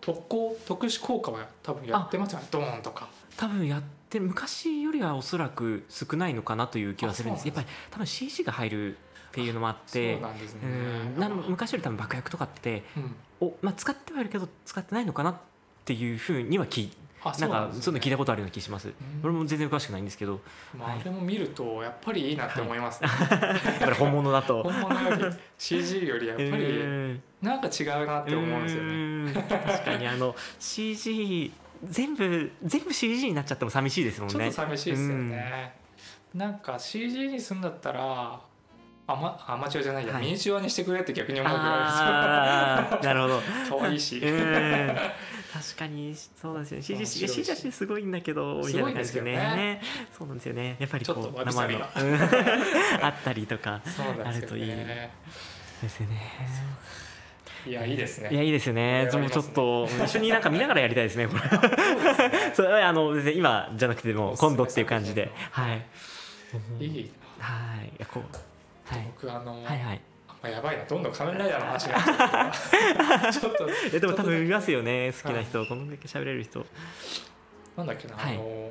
S1: 特攻特殊効果は多分やってますよね。ドーンとか。
S2: 多分やって昔よりはおそらく少ないのかなという気はするんで
S1: あ
S2: す
S1: そ
S2: や
S1: う
S2: っ
S1: な
S2: ぱ
S1: ん
S2: り多分 CG が入るっていうのもあっ
S1: そ
S2: て
S1: うなんですね。
S2: うんなん昔より多分爆薬とかって
S1: うん
S2: お、まあ、使ってはいるけど使ってないのかなっていうふうには聞い
S1: あ
S2: な
S1: そ
S2: ん
S1: う
S2: か
S1: んです
S2: そういうの聞い
S1: ね
S2: たことあるような気します。
S1: うん
S2: 俺も全然詳しくないんですけ ど、
S1: まああれも見るとやっぱりいいなって思いますね。
S2: やっぱり本物だ と。
S1: 本物より CG よりやっぱ
S2: う
S1: り
S2: ーん
S1: なんか違うなって思うんですよね。
S2: うーん確かにあの CG 全部全部 CG になっちゃっても寂しいですもんね。
S1: ちょっと寂しいですよね、なんか CG にするんだったらアマアマチュアじゃないや、
S2: はい
S1: ミニチュアにしてくれって逆に思うぐら
S2: ああなる ほど。
S1: いですよ可愛いし、
S2: うーん確かにそうですよね。
S1: 面白い
S2: CG
S1: し
S2: CG はしてすごいんだけどみ
S1: す
S2: たい
S1: ご
S2: ない感
S1: で
S2: じ
S1: す
S2: で
S1: よね
S2: ね。そうなんですよね。やっぱり
S1: ちょ
S2: こ
S1: っと
S2: う
S1: わびさび
S2: の
S1: が
S2: うん あったりとか
S1: そうなんですよね
S2: ですよね。
S1: いやいいです
S2: いや
S1: ね
S2: いいですね。
S1: 盛り上がり
S2: ちょ
S1: ま
S2: っ
S1: すね
S2: と一緒になんか見ながらやりたいですね。これ。 それはあの別に今じゃなくても
S1: おすすめ
S2: 今度っていう感じで、
S1: 作品
S2: は
S1: い
S2: い。
S1: い
S2: はい。いやこうはい
S1: 僕あの、
S2: はいはい。
S1: あやばいなどんどん仮面ライダーの話になっちゃう ちょっと
S2: えでも多分見ます
S1: よ
S2: よね。好きな人、このだけ喋れる人。
S1: なんだっけな、
S2: はい
S1: あの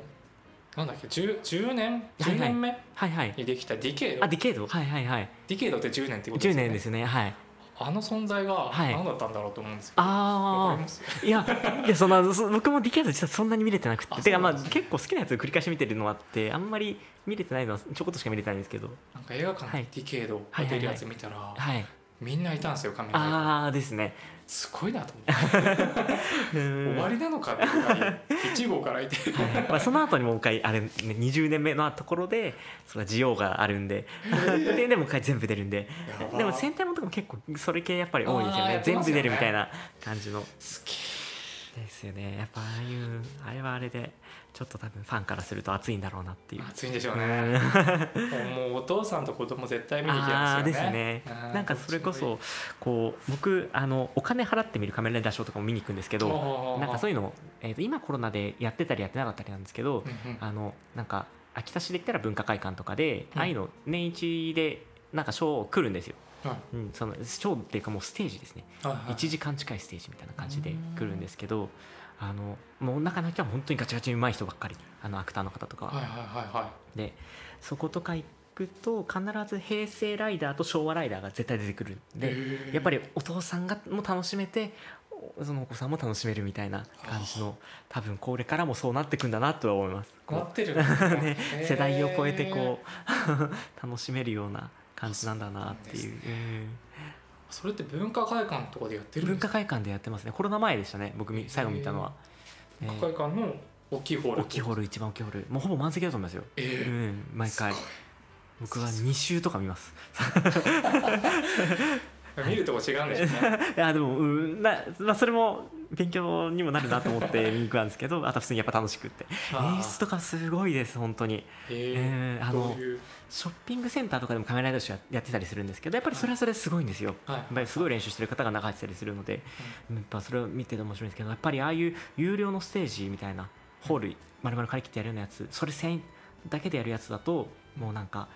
S1: なんだっけ 10, 10年
S2: はい
S1: 10年目
S2: はいはい。
S1: にできたディケイド、
S2: あディケード。はいはいはい。
S1: ディケイドって10年ってこと
S2: 10年ですすね。はい。
S1: あの存在が
S2: はい
S1: 何だったんだろうと思うんですけど、わか
S2: あ
S1: りま
S2: あ。
S1: す
S2: いやいやそんなそ僕もディケード実はそんなに見れてなく
S1: あ
S2: ててか
S1: そうな
S2: ま
S1: ん
S2: あ
S1: ですね
S2: 結構好きなやつを繰り返し見てるのもあってあんまり見れてないのはちょこっとしか見れてないんですけど
S1: なんか映画館
S2: は
S1: に
S2: い
S1: ディケイドが出るやつ見たら、
S2: はい
S1: みんないたんですよ仮面ライダー
S2: ああですね
S1: すごいなと思って
S2: うん
S1: 終わりなのかってぐらい1号からいて
S2: まあ、その後にもう一回あれ、ね、20年目のところでそれは需要があるん でででもう一回全部出るんで
S1: やば
S2: でも戦隊ものとかも結構それ系やっぱり多いですよ
S1: あーや
S2: ね
S1: ってま
S2: 全
S1: すよ
S2: 部
S1: ね
S2: 出るみたいな感じの
S1: すげえ
S2: ですよねやっぱああいうあれはあれでちょっと多分ファンからすると熱いんだろうなっていう
S1: 暑いんでしょう
S2: うん
S1: ねもうお父さんと子供絶対見に行き
S2: あ
S1: ま
S2: ー
S1: す
S2: で
S1: よ
S2: す
S1: ね
S2: ね
S1: あー
S2: なんかそれこそこう僕あのお金払って見る「仮面ライダーショー」とかも見に行くんですけど
S1: ど
S2: なんかそう
S1: い
S2: いうのを、えー、と今コロナでやってたりやってなかったりなんですけど
S1: う、んうん
S2: あのなんか秋田市で言ったら文化会館とかで、
S1: うん
S2: ああいうの年一でなんかショー来るんですよ、
S1: は
S2: うん、そのショーっていうかもうステージですね
S1: はいはい
S2: 1時間近いステージみたいな感じで来るんですけどあのもう中の人は本当にガチガチにうまい人ばっかりあのアクターの方とかは、
S1: はいはいはいは
S2: でそことか行くと必ず平成ライダーと昭和ライダーが絶対出てくるん
S1: い
S2: で、
S1: へー
S2: やっぱりお父さんがも楽しめておそのお子さんも楽しめるみたいな感じの多分これからもそうなってくんだなとは思います
S1: な
S2: こ
S1: ってるん
S2: う、
S1: だ
S2: ね
S1: ね、
S2: 世代を超えて
S1: へー
S2: こう 楽しめるような感じなんだなっていう
S1: そうそれって文化会館とかでやって
S2: うん
S1: るん
S2: 文
S1: です
S2: 化
S1: か
S2: 会館でやってますねコロナ前でしたね僕み最後見たのは、ね
S1: 文化会館の大きいホール
S2: 大きいホール一番大きいホールもうほぼ満席だと思いますよ、
S1: え
S2: う
S1: ー
S2: ん、毎回
S1: すごい
S2: 僕は2週とか見ます
S1: 見るとこ違うんでしょうね。
S2: いやでもうんな、まあ、それも勉強にもなるなと思 って見に行くんですけどあと普通にやっぱ楽しくって演出とかすごいです本当に
S1: え
S2: えーあ
S1: ど
S2: の
S1: ういう
S2: ショッピングセンターとかでもカメライダーショーややってたりするんですけどやっぱりそれはそれですごいんですよ、
S1: はい
S2: やっぱりすごい練習してる方が流れてたりするので、やっぱそれを見てて面白いんですけどやっぱりああいう有料のステージみたいなホール丸々借り切ってやるようなやつそれ1000円だけでやるやつだともうなんか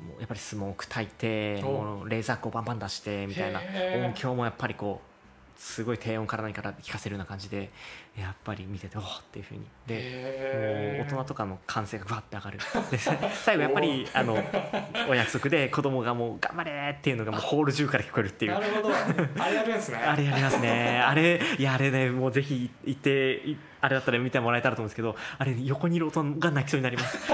S2: もうやっぱりスモーク焚いて
S1: お
S2: もうレーザー光バンバン出してみたいな
S1: へー
S2: 音響もやっぱりこうすごい低音から何から聞かせるような感じでやっぱり見てておーっていうふうにでもう大
S1: へー
S2: 人とかの歓声がぐわって 上がるでさ最後やっぱりあのお約束で子供がもう「頑張れ!」っていうのがもうホール中から聞こえるっていう
S1: なるほど。あれやるんですね。
S2: あれやりますねあれいやあれねもうぜひ行っていあれだったら見てもらえたらと思うんですけどあれ横にいる大人が泣きそうになります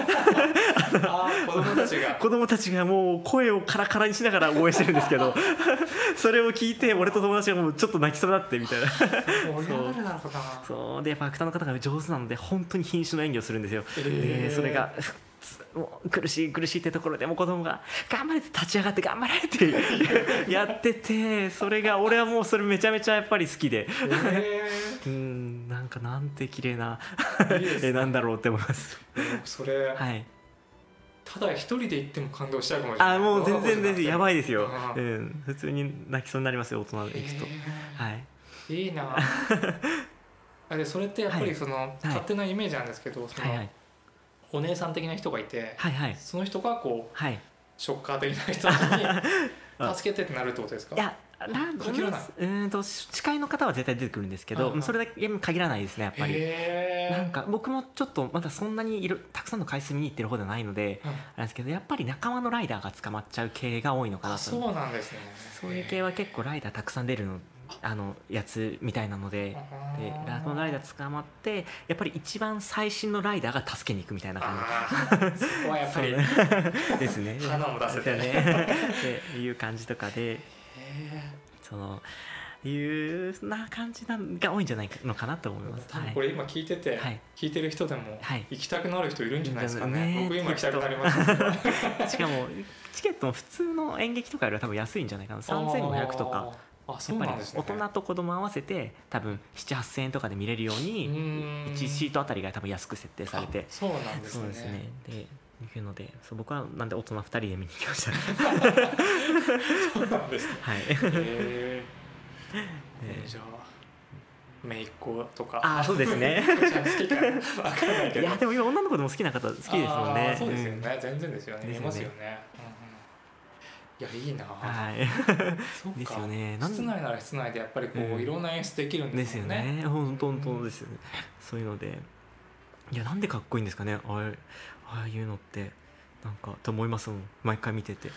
S1: あー子供たち が。
S2: 子供たちがもう声をカラカラにしながら応援してるんです けどそれを聞いて俺と友達がもうちょっと泣きそうになってみたいな
S1: 盛り上がるだろうな。
S2: そうでやっぱアクターの方が上手なので本当に瀕死の演技をするんですよ、
S1: へー
S2: でそれがふつもう苦しい苦しいってところでもう子供が「頑張れ!」って立ち上がって「頑張れ!」ってやっててそれが俺はもうそれめちゃめちゃやっぱり好きで
S1: へ
S2: うんなんかなんて綺麗な
S1: ーいい です
S2: 絵
S1: ね
S2: なんだろうって思 います。
S1: それ、
S2: はい。
S1: ただ一人で行っても感動しちゃうかもしれない。
S2: あもう全然全然やば
S1: い。
S2: いですよ
S1: あ。
S2: う
S1: ー
S2: ん普通に泣きそうになりますよ大人で行くと。はい。
S1: へーいいな。 あでそれってやっぱりその、勝手なイメージなんですけど、その
S2: はいはい
S1: お姉さん的な人がいて、
S2: はいはい
S1: その人がこう
S2: はい。
S1: ショッカー的な人 に
S2: あ
S1: 助けてってなるってことですか
S2: いや。なん
S1: 限らないう
S2: ーんと司会の方は絶対出てくるんですけ
S1: うんう
S2: ど
S1: ん
S2: それだけ限らないですねやっぱり
S1: へー
S2: なんか僕もちょっとまだそんなにいろたくさんの回数見に行ってる方ではないので
S1: うん
S2: あれですけどやっぱり仲間のライダーが捕まっちゃう系が多いのか
S1: あ
S2: なと
S1: そうなんですね
S2: そういう系は結構ライダーたくさん出るのあのやつみたいなので
S1: あ
S2: で
S1: ー
S2: ラこのライダー捕まってやっぱり一番最新のライダーが助けに行くみたいな感
S1: あーそこはやっぱりへ
S2: じ ですね
S1: 花も出せて
S2: ですよね っていう感じとかでそのいうな感じなんが多いんじゃないのかなと思い
S1: ー
S2: ます。
S1: 多
S2: は
S1: 分
S2: い
S1: これ今聞いてて、
S2: はい
S1: 聞いてる人でも
S2: はい
S1: 行きたくなる人いるんじゃないですか
S2: いるんじ
S1: ね
S2: ゃない
S1: 僕今行きたくなりま した
S2: しかもチケットも普通の演劇とかよりは多分安いんじゃないかな3500とか
S1: あーあそう
S2: やっぱり
S1: なんですね
S2: 大人と子供合わせて多分78000円とかで見れるよう
S1: う
S2: に
S1: ーん
S2: 1シートあたりが多分安く設定されて
S1: あそうなんです
S2: そ
S1: ね
S2: うですね。で、行くので、そう僕はなんで大人二人で見に行きま した。
S1: そうなんですね
S2: はい。
S1: へ
S2: え
S1: ー
S2: ー
S1: じゃあ姪っ子とか
S2: あー、そうですね。
S1: 好きか分かんない
S2: い
S1: けど
S2: や、でも今女の子でも好きな方好きですもん
S1: あ
S2: ね
S1: ー。そうですよね、全然ですよね
S2: ですよね
S1: 見えますよね、うんうん、いやいいな、
S2: うん。はい。
S1: そうか
S2: ですよねなん
S1: 室内なら室内でやっぱりこう、
S2: うん
S1: いろんな演出できるんで
S2: です
S1: す
S2: よ
S1: よね
S2: ね。本当本当ですよね。そういうので、いやなんでかっこいいんですかね。ああいうああいうのってなんかと思いますもん。毎回見てて。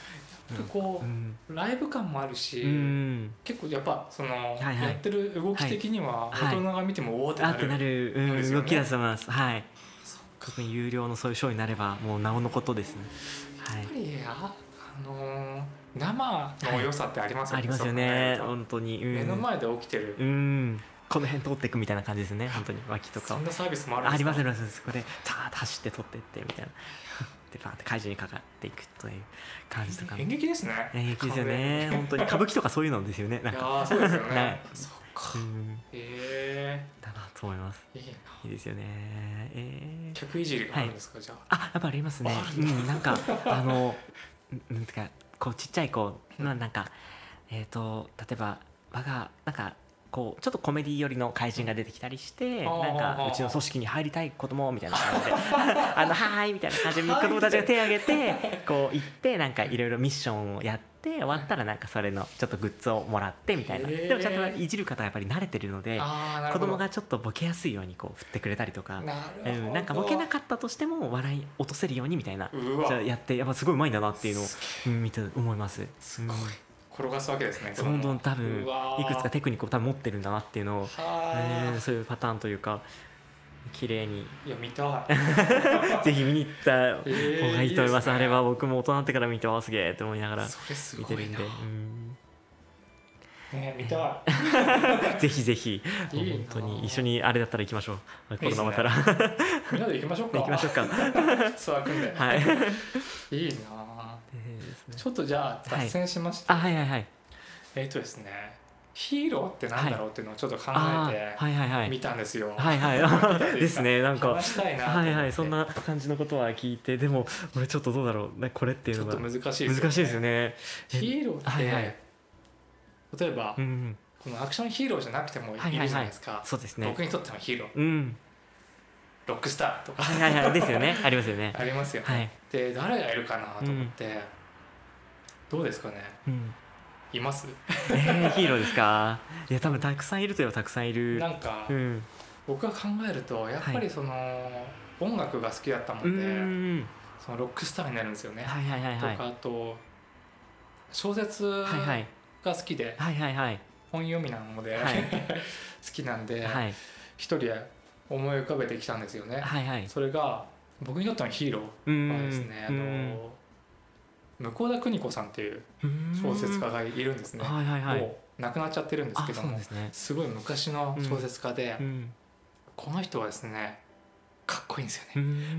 S1: でこ
S2: う
S1: う、
S2: ん。
S1: ライブ感もあるし、
S2: うん。
S1: 結構やっぱその、
S2: はいはい
S1: やってる動き的には
S2: はい
S1: 大人が見てもおおって
S2: あ
S1: な
S2: って
S1: る,、
S2: なる、
S1: そうで
S2: う
S1: す
S2: ん、
S1: よね
S2: 動き出せます。はい。
S1: そっか
S2: 特に有料のそういうショーになればもうなおのことですね。はい
S1: やっぱ。りあ、あのー生の良さってありますよね、
S2: ありますよね本当に、うん、
S1: 目の前で起きてる、
S2: うんこの辺通っていくみたいな感じですね本当に脇とか
S1: そ
S2: を
S1: んなサービスもあるん
S2: あ
S1: で
S2: あ
S1: すか
S2: りますありますそこでザーッと走って取ってってみたいな でバーって会場にかかっていくという感じとか
S1: 演劇ですね
S2: 演劇です
S1: 完
S2: よ
S1: 全に
S2: ね本当に歌舞伎とかそういうのですよねなん
S1: いや
S2: か
S1: ーそうですよね。
S2: はい
S1: そっ
S2: う
S1: か。
S2: ん
S1: ええ
S2: だなと思います。
S1: ー、いいない
S2: いですよね。えー、
S1: 客いじりがあるんですか、じゃあ
S2: あ、やっぱありますね。うん、なんか、あの、んなんていうか、こうちっちゃい子、まあ、なんか、えっ、と、例えば、我が、なんか。こうちょっとコメディ寄りの怪人が出てきたりして
S1: あー
S2: なん
S1: あーあ
S2: か
S1: ー
S2: うちの組織に入りたい子供みたいな感じ であのはーいみたいな感じで子供たちが手を挙げてこう行ってなんかいろいろミッションをやって終わったらなんかそれのちょっとグッズをもらってみたいな
S1: へー
S2: でもちゃんといじる方はやっぱり慣れてるので
S1: あーなる
S2: 子
S1: ほど
S2: 供がちょっとボケやすいようにこう振ってくれたりとか
S1: な
S2: う
S1: るほど、
S2: ん、なんかボケなかったとしても笑い落とせるようにみたいな
S1: うわ
S2: じゃあやってやっぱすごいうまいんだなっていうのを
S1: す
S2: うん見て思いますすごい
S1: 転がすわけですね
S2: どんどん多分
S1: うわー
S2: いくつかテクニックを多分持ってるんだなっていうのを、
S1: は
S2: えー
S1: ー
S2: そういうパターンというか綺麗に
S1: いや見たい
S2: ぜひ見に行った方
S1: ー
S2: がいいと思います,、
S1: いいですね
S2: あれは僕も大人になってから見てわあすげえって思いながら
S1: それす
S2: 見
S1: ご
S2: てる
S1: い
S2: ん
S1: な
S2: で、うん
S1: ね見た
S2: ぜひぜひ
S1: いいな
S2: 本当に一緒にあれだったら行きましょうコロナ終わったら
S1: いみんな で行きましょうか
S2: 行きましょうか
S1: ツアー組んで、
S2: はい
S1: い、いなあ
S2: です
S1: ち
S2: ね
S1: ょっとじゃあ
S2: はい
S1: 脱線しまして、
S2: あはいはいはい
S1: えっ、とですねヒーローってなんだろうっていうのをちょっと考
S2: あ
S1: え
S2: ー
S1: て
S2: はいはいはい
S1: 見たんですよ、
S2: は いはい。ですね、なんか。
S1: 話したいなと思っ
S2: は
S1: て
S2: いはい、そんな感じのことは聞いて、でも、俺ちょっとどうだろう、ねこれってい
S1: ち
S2: う
S1: ょ
S2: の
S1: っ
S2: が。
S1: と
S2: 難
S1: 難しいです
S2: し
S1: よね
S2: いですね。
S1: ヒーローって、
S2: はいはい
S1: 例えば、
S2: うんうん、
S1: このアクションヒーローじゃなくてもい
S2: はいは
S1: る
S2: い
S1: じゃな
S2: はいい
S1: ですか、。
S2: そうですね
S1: 僕。にとってのヒーロー
S2: うん。
S1: ロックスターとか
S2: はいはいはい、ですよね。ありますよね。
S1: ありますよね、
S2: はい。
S1: で誰がいるかなと思って、どうですかね
S2: うん。
S1: います
S2: えー、ヒーローですか。いや、多分たくさんいるといえばたくさんいる
S1: な。んか、
S2: うん。
S1: 僕が考えるとやっぱりその、音楽が好きだったも
S2: うん
S1: で、
S2: ん。
S1: そのロックスターになるんですよね、
S2: はいはいはいはい。
S1: と
S2: は
S1: かあと小説
S2: いはい。
S1: が好きで、
S2: はいはいはい。
S1: 本読みなので、
S2: はい
S1: 好きなんで
S2: はい。
S1: 一、人思い浮かべてきたんですよね、
S2: はいはい。
S1: それが僕にとってのヒーロ
S2: う
S1: ー
S2: ん。
S1: はですね、
S2: う
S1: あ
S2: ん
S1: の向田邦子さんっていう小説家。がいるんです
S2: うん
S1: ね、
S2: はいはいはい。
S1: もう亡くなっちゃってるんです
S2: あ
S1: け、ど
S2: そう
S1: も,、
S2: ですすね。
S1: ごい昔の小説家 で、
S2: うん。
S1: この人はですねかっこいいんですよね
S2: う、ん。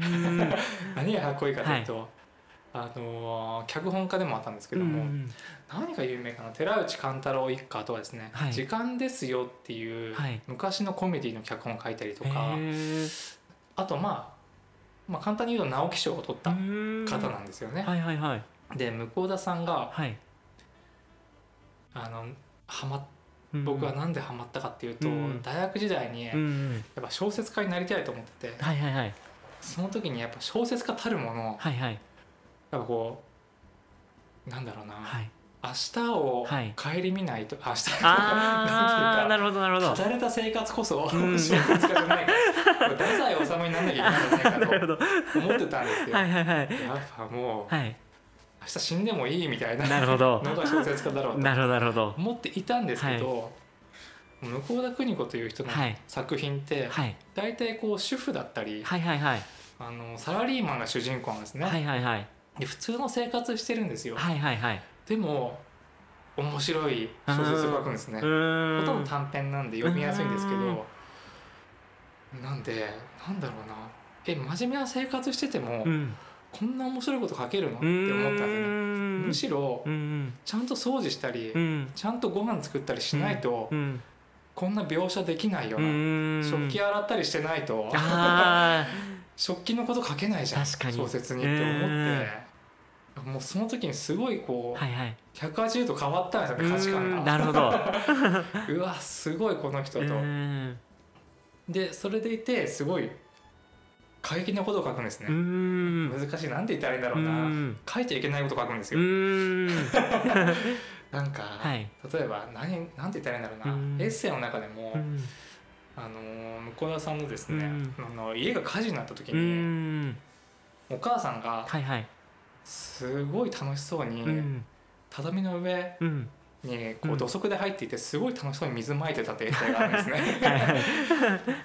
S1: 何がかっこいいかというと、あのー脚本家でもあったんですけども、
S2: うん
S1: 何が有名かな寺内貫太郎一家とはですね「
S2: はい
S1: 時間ですよ」っていう
S2: はい
S1: 昔のコメディの脚本を書いたりとか、
S2: へー
S1: あと、まあ、まあ簡単に言うと直木賞を取った
S2: うーん
S1: 方なんですよね。
S2: はいはいはい
S1: で向田さんが
S2: はい
S1: あのハマ
S2: うん
S1: 僕はなんでハマったかっていうと、
S2: うん
S1: 大学時代にや
S2: う
S1: っ
S2: ん
S1: ぱ小説家になりたいと思ってて、
S2: はいはいはい
S1: その時にやっぱ小説家たるもの
S2: はいはい
S1: やっぱこうなんだ ろうな、
S2: はい
S1: 明日を
S2: はい
S1: 顧みないと、明日
S2: あーなるほどなるほど
S1: 語れた生活こそ、
S2: ん
S1: 小説家じゃないから太宰治に ならなきゃいけないんじゃないか
S2: なるほどは
S1: と思ってたんですよ、
S2: いはいはい
S1: やっぱもう
S2: はい
S1: 明日死んでもいいみたいな
S2: なるほど
S1: のが小説家だろうと
S2: なるほどなるほど
S1: 思っていたんですけど、向田邦子という人の
S2: はい
S1: 作品って、
S2: はい
S1: 大体こう主婦だったり、
S2: はいはいはい
S1: あのサラリーマンが主人公なんですね、
S2: はいはいはい
S1: で普通の生活してるんですよ、
S2: はいはいはい
S1: でも面白い小説を書くんですね
S2: うー
S1: ほ
S2: ん
S1: とんど短編なんで読みやすいんですけどなんでなんだろうなえ真面目な生活してても
S2: うん
S1: こんな面白いこと書けるのっ
S2: う
S1: て
S2: ーん
S1: 思ったんですよねむしろ
S2: うん
S1: ちゃんと掃除したり
S2: うんうん
S1: ちゃんとご飯作ったりしないと
S2: うん
S1: こんな描写できないよ
S2: う
S1: な
S2: ーん
S1: 食器洗ったりしてないと
S2: あ
S1: 食器のこと書けないじゃん
S2: 確かに
S1: 小説にって思ってもうその時にすごいこ
S2: ー
S1: う
S2: はいはい
S1: 180度変わったんですよね価値
S2: うー
S1: 観が
S2: んなるほ
S1: う
S2: ど
S1: わすごいこの人
S2: う
S1: と
S2: ーん
S1: でそれでいてすごい過激なことを書くんです
S2: うー
S1: ね、
S2: ん
S1: 難しいなんて言ったらいいんだ
S2: う
S1: ろうな、
S2: ん
S1: 書いちゃいけないこと書くんです
S2: う
S1: よ、
S2: ーん
S1: なんか、
S2: はい
S1: 例えば何なんて言ったらいいんだろうな、
S2: うん
S1: エッセイの中でも、
S2: うん
S1: あのー向田さんのですね、
S2: うん
S1: あの家が火事になった時
S2: うー
S1: に、
S2: ん
S1: お母さんが
S2: はいはい
S1: すごい楽しそうに、
S2: うん
S1: 畳の上
S2: うん
S1: にこ
S2: う
S1: うん土足で入っていてすごい楽しそうに水まいてたってエッセイがあるんですね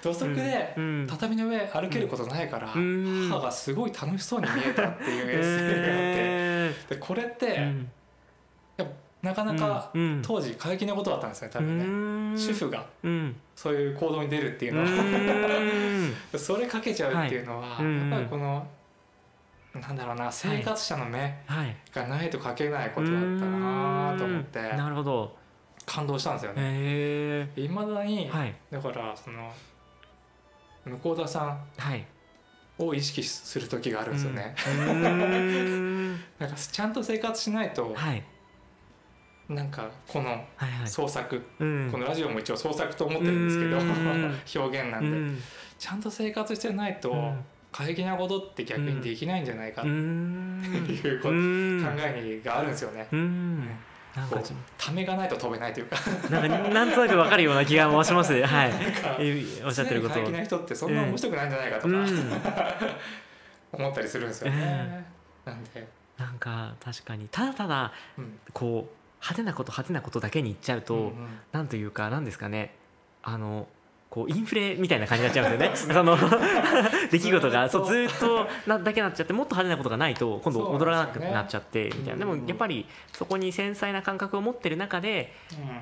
S1: 土足で
S2: うん
S1: 畳の上歩けることないから、
S2: うん
S1: 母がすごい楽しそうに見えたっていうエッセイがあって、
S2: え
S1: でこれって、
S2: ーうん
S1: なかなか
S2: うん
S1: 当時過激なことだったんですね多
S2: う
S1: 分ね、
S2: ーん
S1: 主婦が
S2: うん
S1: そういう行動に出るっていううのは、
S2: ーん
S1: それかけちゃうっていうのは、
S2: いうんうん
S1: やっぱりこのなんだろうな生活者の目
S2: はい
S1: がないと書けないことだったなと思って、
S2: うーんなるほど
S1: 感動したんですよね
S2: へ
S1: いまだに、
S2: えはい
S1: だからその向田さん
S2: はい
S1: を意識する時があるんですよね、
S2: うん
S1: なんかちゃんと生活しないと、
S2: はい
S1: なんかこの
S2: はいはい
S1: 創作、
S2: うん
S1: このラジオも一応創作と思ってるんですけど、
S2: うん
S1: 表現な
S2: うん
S1: で、
S2: ん
S1: ちゃんと生活してないと、
S2: うん
S1: 過激なことって逆にできないんじゃないか、
S2: うーん
S1: っていうこと
S2: うん
S1: 考えがあるんですよね、
S2: うんなん
S1: こ
S2: か
S1: うためがないと飛べないというか
S2: なんかなんとなくわかるような気がもしますねはいえおっし
S1: 常
S2: ゃってる
S1: に
S2: こと
S1: 過激な人ってそんな面白くないんじゃないかと
S2: う
S1: か、
S2: ん
S1: 思ったりするんですよね、なんで、
S2: なんか確かにただただ
S1: うん
S2: こう派手なこと派手なことだけにいっちゃうと、
S1: うんうん
S2: なんというかなんですかねあのこうインフレみたいな感じになっちゃう んですよねその出来事が
S1: ず
S2: そ
S1: ー
S2: う
S1: っと
S2: ずーっとなだけなっちゃってもっと派手なことがないと今度
S1: そうなんですよね
S2: 踊らなくなっちゃってみたいなで
S1: う
S2: も
S1: ん
S2: やっぱりそこに繊細な感覚を持ってる中で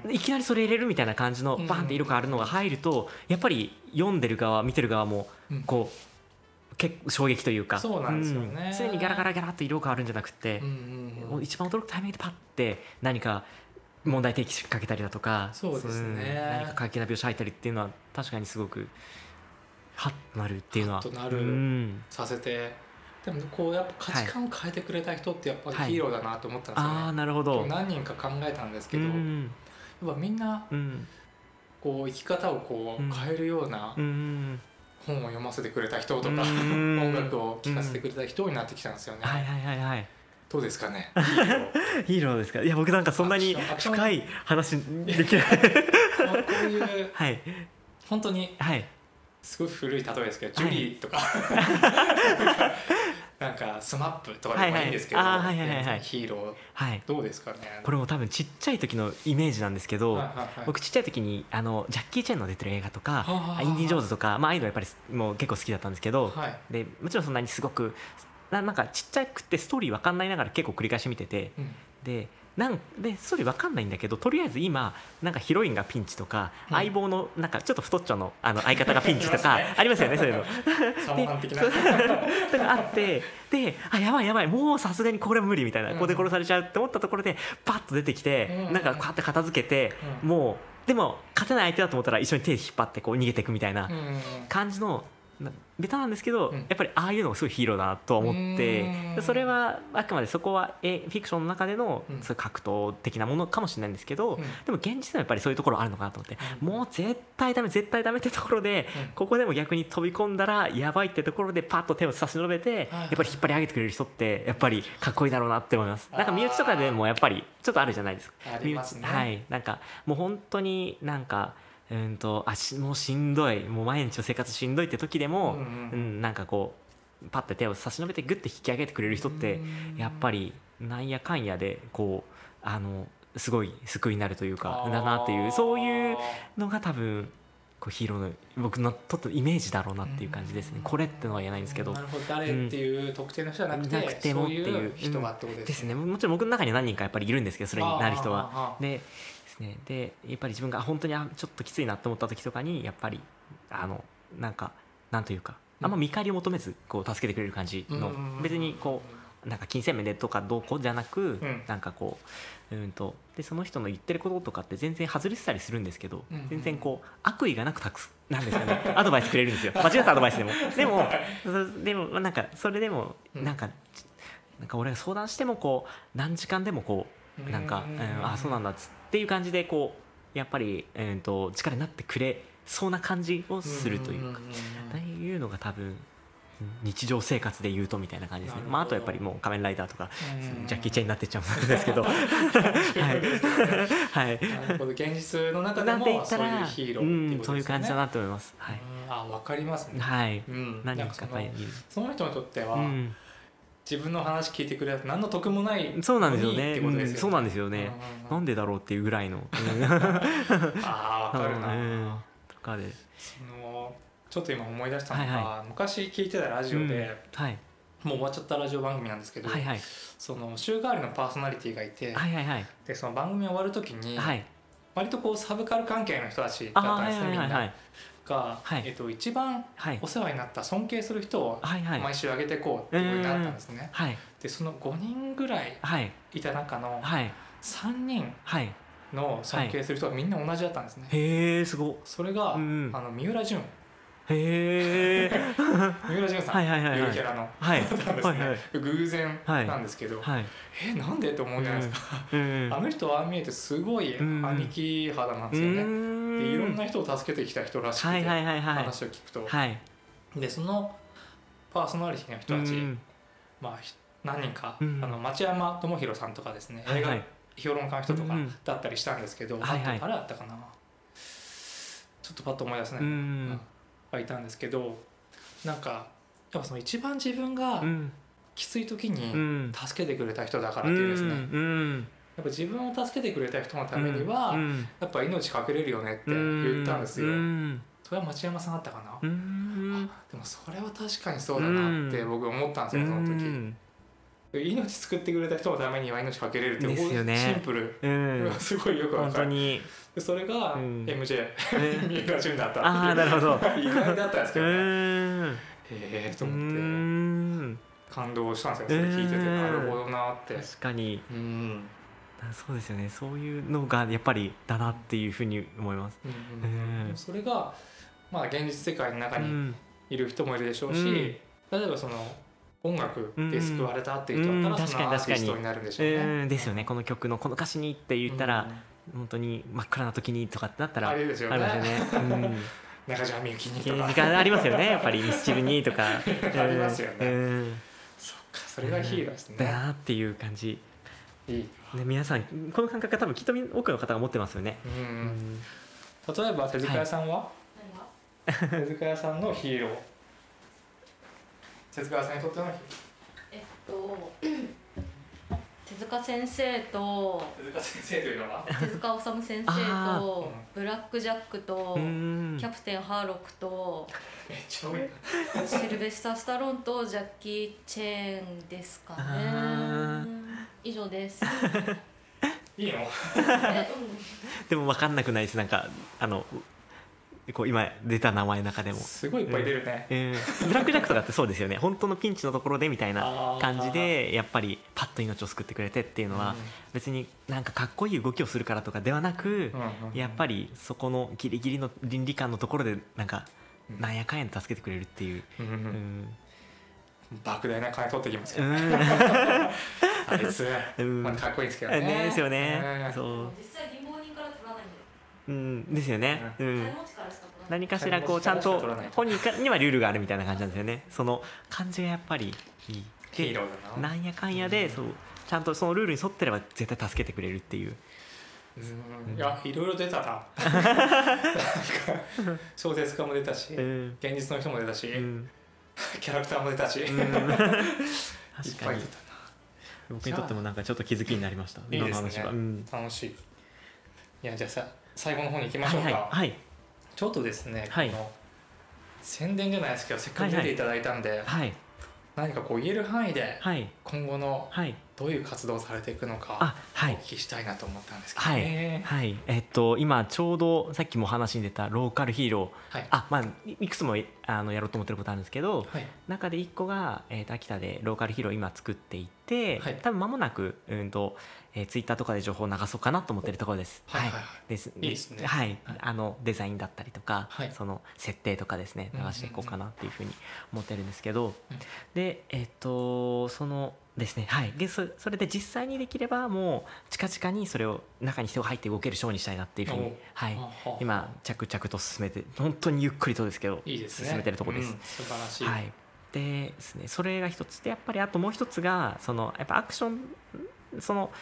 S1: うん
S2: いきなりそれ入れるみたいな感じの
S1: うん
S2: バンって色があるのが入るとやっぱり読んでる側見てる側も
S1: うん
S2: こう結構衝撃というか
S1: そうなんですよね
S2: うん常にガラガラガラっと色があるんじゃなくて
S1: うんうん
S2: も
S1: う
S2: うん一番驚くタイミングでパッて何か問題提起かけたりだとか
S1: そうですね
S2: ん何か過激な描写入ったりっていうのは確かにすごくハッとなるっていうのは
S1: ハッとなる
S2: うん
S1: させてでもこうやっぱ価値観を変えてくれた人ってやっぱりヒーローだなと思ったんですよね、
S2: ああなるほど
S1: 何人か考えたんですけど、
S2: う
S1: や
S2: ん
S1: っぱみんな
S2: うん
S1: こう生き方をこう
S2: うん
S1: 変えるような
S2: うん
S1: 本を読ませてくれた人とか、
S2: うん
S1: 音楽を聴かせてくれた人になってきたんですよね、
S2: はいはいはいはい
S1: どうですか ねヒーロー
S2: ヒーローですかいや僕なんかそんなに
S1: アクション
S2: 深い話できない
S1: まあこういう
S2: はい
S1: 本当に
S2: はい
S1: すごい古い例えですけど、ジュリー とかなんかスマップとかでもいいんですけど、
S2: はいはいあーはいはいはいはい
S1: ヒーロー
S2: はい
S1: どうですかね
S2: これも多分ちっちゃい時のイメージなんですけど、
S1: はいはいはい
S2: 僕ちっちゃい時にあのジャッキー・チェンの出てる映画とか
S1: はあはあ
S2: インディ・ジョーンズとか、まあ、ああいうのやっぱりすもう結構好きだったんですけど、
S1: はい
S2: でもちろんそんなにすごくななんかちっちゃくてストーリー分かんないながら結構繰り返し見てて
S1: うん
S2: でなんでストーリー分かんないんだけどとりあえず今なんかヒロインがピンチとか、
S1: うん
S2: 相棒のなんかちょっと太っちょのあの相方がピンチとか
S1: ありますね
S2: ありますよねそういうの。
S1: サモハン的な
S2: そうとかあってであやばいやばいもうさすがにこれは無理みたいな
S1: うん
S2: ここで殺されちゃうって思ったところでパッと出てきて
S1: うん
S2: なんかこうやって片付けて
S1: うん
S2: もうでも勝てない相手だと思ったら一緒に手引っ張ってこう逃げていくみたいな
S1: うんうんうん
S2: 感じのなベタなんですけど
S1: うん
S2: やっぱりああいうのがすごいヒーローだなとは思って
S1: うん
S2: でそれはあくまでそこはえフィクションの中での
S1: うん
S2: そういう格闘的なものかもしれないんですけど
S1: うん
S2: でも現実でもやっぱりそういうところあるのかなと思って
S1: うん
S2: もう絶対ダメ絶対ダメってところで
S1: うん
S2: ここでも逆に飛び込んだらやばいってところでパッと手を差し伸べて
S1: はい
S2: やっぱり引っ張り上げてくれる人ってやっぱりかっこいいだろうなって思います
S1: あー
S2: なんか身内とかでもやっぱりちょっとあるじゃないですか
S1: ありますね
S2: 身内はいなんかもう本当になんかうんとあしもうしんどいもう毎日の生活しんどいって時で
S1: う
S2: も、
S1: ん
S2: う
S1: うん
S2: ん、なんかこうパッて手を差し伸べてグッて引き上げてくれる人って
S1: うん
S2: やっぱりなんやかんやでこうあのすごい救いになるというか
S1: あー
S2: だなっていうそういうのが多分こうヒーローの僕のとっとイメージだろうなっていう感じですね、
S1: うん
S2: これってのは言えないんですけど、
S1: なるほど誰っていう特定の人じゃなくて,、
S2: うんなくても
S1: そう
S2: っていう
S1: いう人はってこと
S2: で
S1: ですすね。
S2: ねももちろん僕の中には何人かやっぱりいるんですけどそれになる人は。
S1: は
S2: でですねでやっぱり自分があ本当にあちょっときついなと思った時とかにやっぱりあのなんかなんというかあんま見返りを求めずこう助けてくれる感じの別にこうなんか金銭面でとかどうこうじゃなく、
S1: うん
S2: なんかこううんとでその人の言ってることとかって全然外れてたりするんですけど、
S1: うんうん
S2: 全然こう悪意がなくたくすなんですかね アドバイスくれるんですよ 間違ったアドバイスでもでもそでもまあなんかそれでも
S1: うん
S2: なんか、ちなんか俺が相談してもこう何時間でもこうなんか、
S1: う
S2: うんんあそうなんだっつっていう感じでこうやっぱり、うん、と力になってくれそうな感じをするというか。
S1: んんん
S2: っていうのが多分日常生活で言うとみたいな感じです
S1: な
S2: ね
S1: るほど
S2: まあ、あとやっぱりもう「仮面ライダー」とか、
S1: うん
S2: ジャッキー・チェンになってっちゃうんですけ どはい、はい、
S1: なるほど現実の中で
S2: なん
S1: も
S2: て言っ
S1: そ
S2: た
S1: ういう
S2: ら
S1: ヒーロ
S2: う
S1: ーってい
S2: ん
S1: うこ
S2: そ
S1: と
S2: う
S1: で
S2: いう
S1: すよ
S2: 感
S1: ね
S2: じだ。なって思いますはい、
S1: うんあわかりますね。
S2: はい、
S1: うん
S2: 何
S1: な
S2: 人
S1: んか
S2: か
S1: そ
S2: やっぱり
S1: のその人にとっては、
S2: うん、
S1: 自分の話聞いてくれるやつ何の得もないのに
S2: そうなんですよ
S1: っ
S2: ね
S1: てこと
S2: う
S1: で
S2: ん
S1: すよ
S2: そうなんですよ
S1: う
S2: ね
S1: ん、うんうん
S2: なんでだろうっていうぐらいの、うん
S1: ああわかるな。
S2: うんとかで
S1: そのちょっと今思い出したのが、
S2: はい
S1: 昔聞いてたラジオで、
S2: うんはい
S1: もう終わっちゃったラジオ番組なんですけど、
S2: はいはい
S1: その週替わりのパーソナリティがいて、
S2: はいはいはい
S1: でその番組終わる時に、
S2: はい
S1: 割とこうサブカル関係の人たちだ
S2: あ
S1: ったん
S2: は
S1: で
S2: い
S1: すね、
S2: はいはいは
S1: みん
S2: い
S1: なが、
S2: はい
S1: えっと一番
S2: はい
S1: お世話になった尊敬する人を
S2: はいはい
S1: 毎週上げていこうっていうことになったんですね。
S2: はい
S1: でその5人ぐらい
S2: はい
S1: いた中の
S2: はい
S1: 3人
S2: はい
S1: の尊敬する人がみんな同じだったんですね、
S2: へえすごっ
S1: それが、
S2: うん
S1: あの三浦淳
S2: へえ
S1: 三浦淳さん、
S2: はいはいはいはい
S1: ゆるキャラの
S2: はい
S1: だったんです
S2: はい
S1: ね、
S2: はい
S1: 偶然なんですけど、
S2: はい
S1: えなんでと思うじゃないですか、
S2: うん
S1: あの人はああ見えてすごい
S2: うん
S1: 兄貴肌なん
S2: う
S1: ですよね、
S2: ん
S1: でいろんな人を助けてきた人らしくて、
S2: はいはいはいはい
S1: 話を聞くと、
S2: はい
S1: でそのパーソナリティの人たち、
S2: うん
S1: まあ、ひ何人か、
S2: うん
S1: あの町山智博さんとかですね
S2: はい
S1: 映
S2: は
S1: 画
S2: い
S1: 評論家の人とか
S2: うん
S1: だったりしたんですけど、
S2: はいはい
S1: あと誰だったかなちょっとパッと思い出せないうの
S2: ん
S1: がいたんですけどなんかやっぱその一番自分が
S2: うん
S1: きつい時
S2: う
S1: に
S2: ん
S1: 助けてくれた人だからっていうですね、
S2: う
S1: やっ
S2: んうん
S1: ぱ自分を助けてくれた人のためには、
S2: うん
S1: やっぱ命かけれるよねって言ったんですよ。
S2: うん
S1: それは町山さんだったかな、
S2: うん
S1: あでもそれは確かにそうだなって僕思ったんですよ、その時。命救ってくれた人のためには命かけれるって
S2: ですよね
S1: シンプル、
S2: うん、
S1: すごいよく わ
S2: 本
S1: か
S2: 当
S1: る
S2: に、
S1: でそれが
S2: うん
S1: MJ 三浦淳だったっていう
S2: ああなるほど
S1: 意外だったんです
S2: う
S1: けどねへ
S2: ーん
S1: えと
S2: うー
S1: 思って
S2: ん
S1: 感動したんですよねそれ聞いてて
S2: うん
S1: なるほどなって
S2: 確かに
S1: うん
S2: あそうですよねそういうのがやっぱりだなっていうふうに思います
S1: うん
S2: うん
S1: うんそれがまあ現実世界の中
S2: う
S1: に
S2: ん
S1: いる人もいるでしょう
S2: うん
S1: し例えばその音楽で救われたっていう人だった
S2: う
S1: ら
S2: ん
S1: そのアーティスト
S2: 確かに確かに
S1: になるんでしょうね
S2: うんですよねこの曲のこの歌詞にって言ったら本当に真っ暗な時にとかってなった
S1: うん
S2: ら
S1: あ
S2: あり
S1: れ
S2: ま
S1: です
S2: す
S1: よ
S2: よ
S1: ね
S2: ねうん
S1: 中島みゆきに
S2: 時
S1: とか
S2: 間ありますよねやっぱりミスチルに とか
S1: ありますよね
S2: うん
S1: そっかそれがヒーローです
S2: だ
S1: ね
S2: なっていう感じ
S1: いい
S2: で皆さんこの感覚は多分きっと多くの方が持ってますよね
S1: う
S2: うんん
S1: 例えば手塚屋さんは、
S3: 何が
S1: 手塚屋さんのヒーロー手塚屋さんにとってのヒーロ
S3: えっと 手塚先生と
S1: ー手塚先生というのは
S3: 手塚治虫先生
S2: あ
S3: とブラック・ジャックと
S2: うん
S3: キャプテン・ハーロックと
S1: めっちゃ多い
S3: シルベスター・スタローンとジャッキー・チェーンですか
S2: あ
S3: ね以上です
S1: いいの
S3: え
S2: でも分かんなくないですなんかあのこう今出た名前の中でも、
S1: すごいいっぱい出るね、
S2: えーブラック・ジャックとかってそうですよね本当のピンチのところでみたい
S1: あ
S2: な
S1: ー
S2: 感じでやっぱりパッと命を救ってくれてっていうのは、
S1: うん
S2: 別になんかかっこいい動きをするからとかではなく、
S1: うんうん
S2: やっぱりそこのギリギリの倫理観のところでなんか、
S1: うん
S2: なんやかんやで助けてくれるっていう、
S1: うんう
S2: うんん
S1: 莫大な金取ってきます
S2: う
S1: よ、
S2: ん
S1: あいつ、
S2: うん
S1: まあ、かっこいいですけどね
S2: ねですよね、
S1: うん
S2: そ
S3: 実際貧乏人から取らないんで
S2: う、うん、ですよね、うん
S3: 金持ちからしか取らない
S2: 何かしらこうちゃんと本人からにはルールがあるみたいな感じなんですよねその感じがやっぱりいい
S1: ヒー
S2: で
S1: ローだな
S2: なんやかんやでそうちゃんとそのルールに沿ってれば絶対助けてくれるっていう
S1: うんいやいろいろ出たななんか小説家も出たし、
S2: うん、
S1: 現実の人も出たし、
S2: うん、
S1: キャラクターも出たし、いっ
S2: 確
S1: ぱ
S2: か
S1: い
S2: に
S1: 出た
S2: 僕にとってもなんかちょっと気づきになりました
S1: いい
S2: 今
S1: で
S2: の
S1: すね
S2: 話は、うん、
S1: 楽しいいやじゃあさ最後の方に行きま
S2: は
S1: し
S2: い
S1: ょうか、
S2: はいはい
S1: ちょっとですね、
S2: はい
S1: この宣伝じゃないですけどせっかく出ていただいたんで、
S2: はい
S1: 何かこう言える範囲で
S2: はい
S1: 今後の
S2: はい
S1: どういう活動をされていくのか
S2: あ
S1: お
S2: はい
S1: 聞きしたいなと思ったんですけど
S2: はい、
S1: ね。
S2: はい、えっと今ちょうどさっきも話に出たローカルヒーロー
S1: はい
S2: あまあいいくつもえあのやろうと思ってることあるんですけど、
S1: はい
S2: 中で1個が、えーと秋田でローカルヒーローを今作っていて、
S1: はい
S2: 多分間もなく、うんとえー、ツイッターとかで情報を流そうかなと思ってるところです。
S1: はいはいはい
S2: です
S1: いいですね
S2: はい
S1: はい
S2: あのデザインだったりとか、
S1: はい
S2: その設定とかですね流していこうかなっていうふうに思ってるんですけど、
S1: うん
S2: でえっ、とそのですねはいでそそれで実際にできればもう近々にそれを中に人が入って動けるショーにしたいなっていうふうに
S1: お、
S2: はい、
S1: ああ
S2: 今着々と進めて本当にゆっくりとですけど
S1: いいですね
S2: 進めてるところです。
S1: うん素晴らしい、
S2: はい、でですねそれが一つでやっぱりあともう一つがそのやっぱアクションその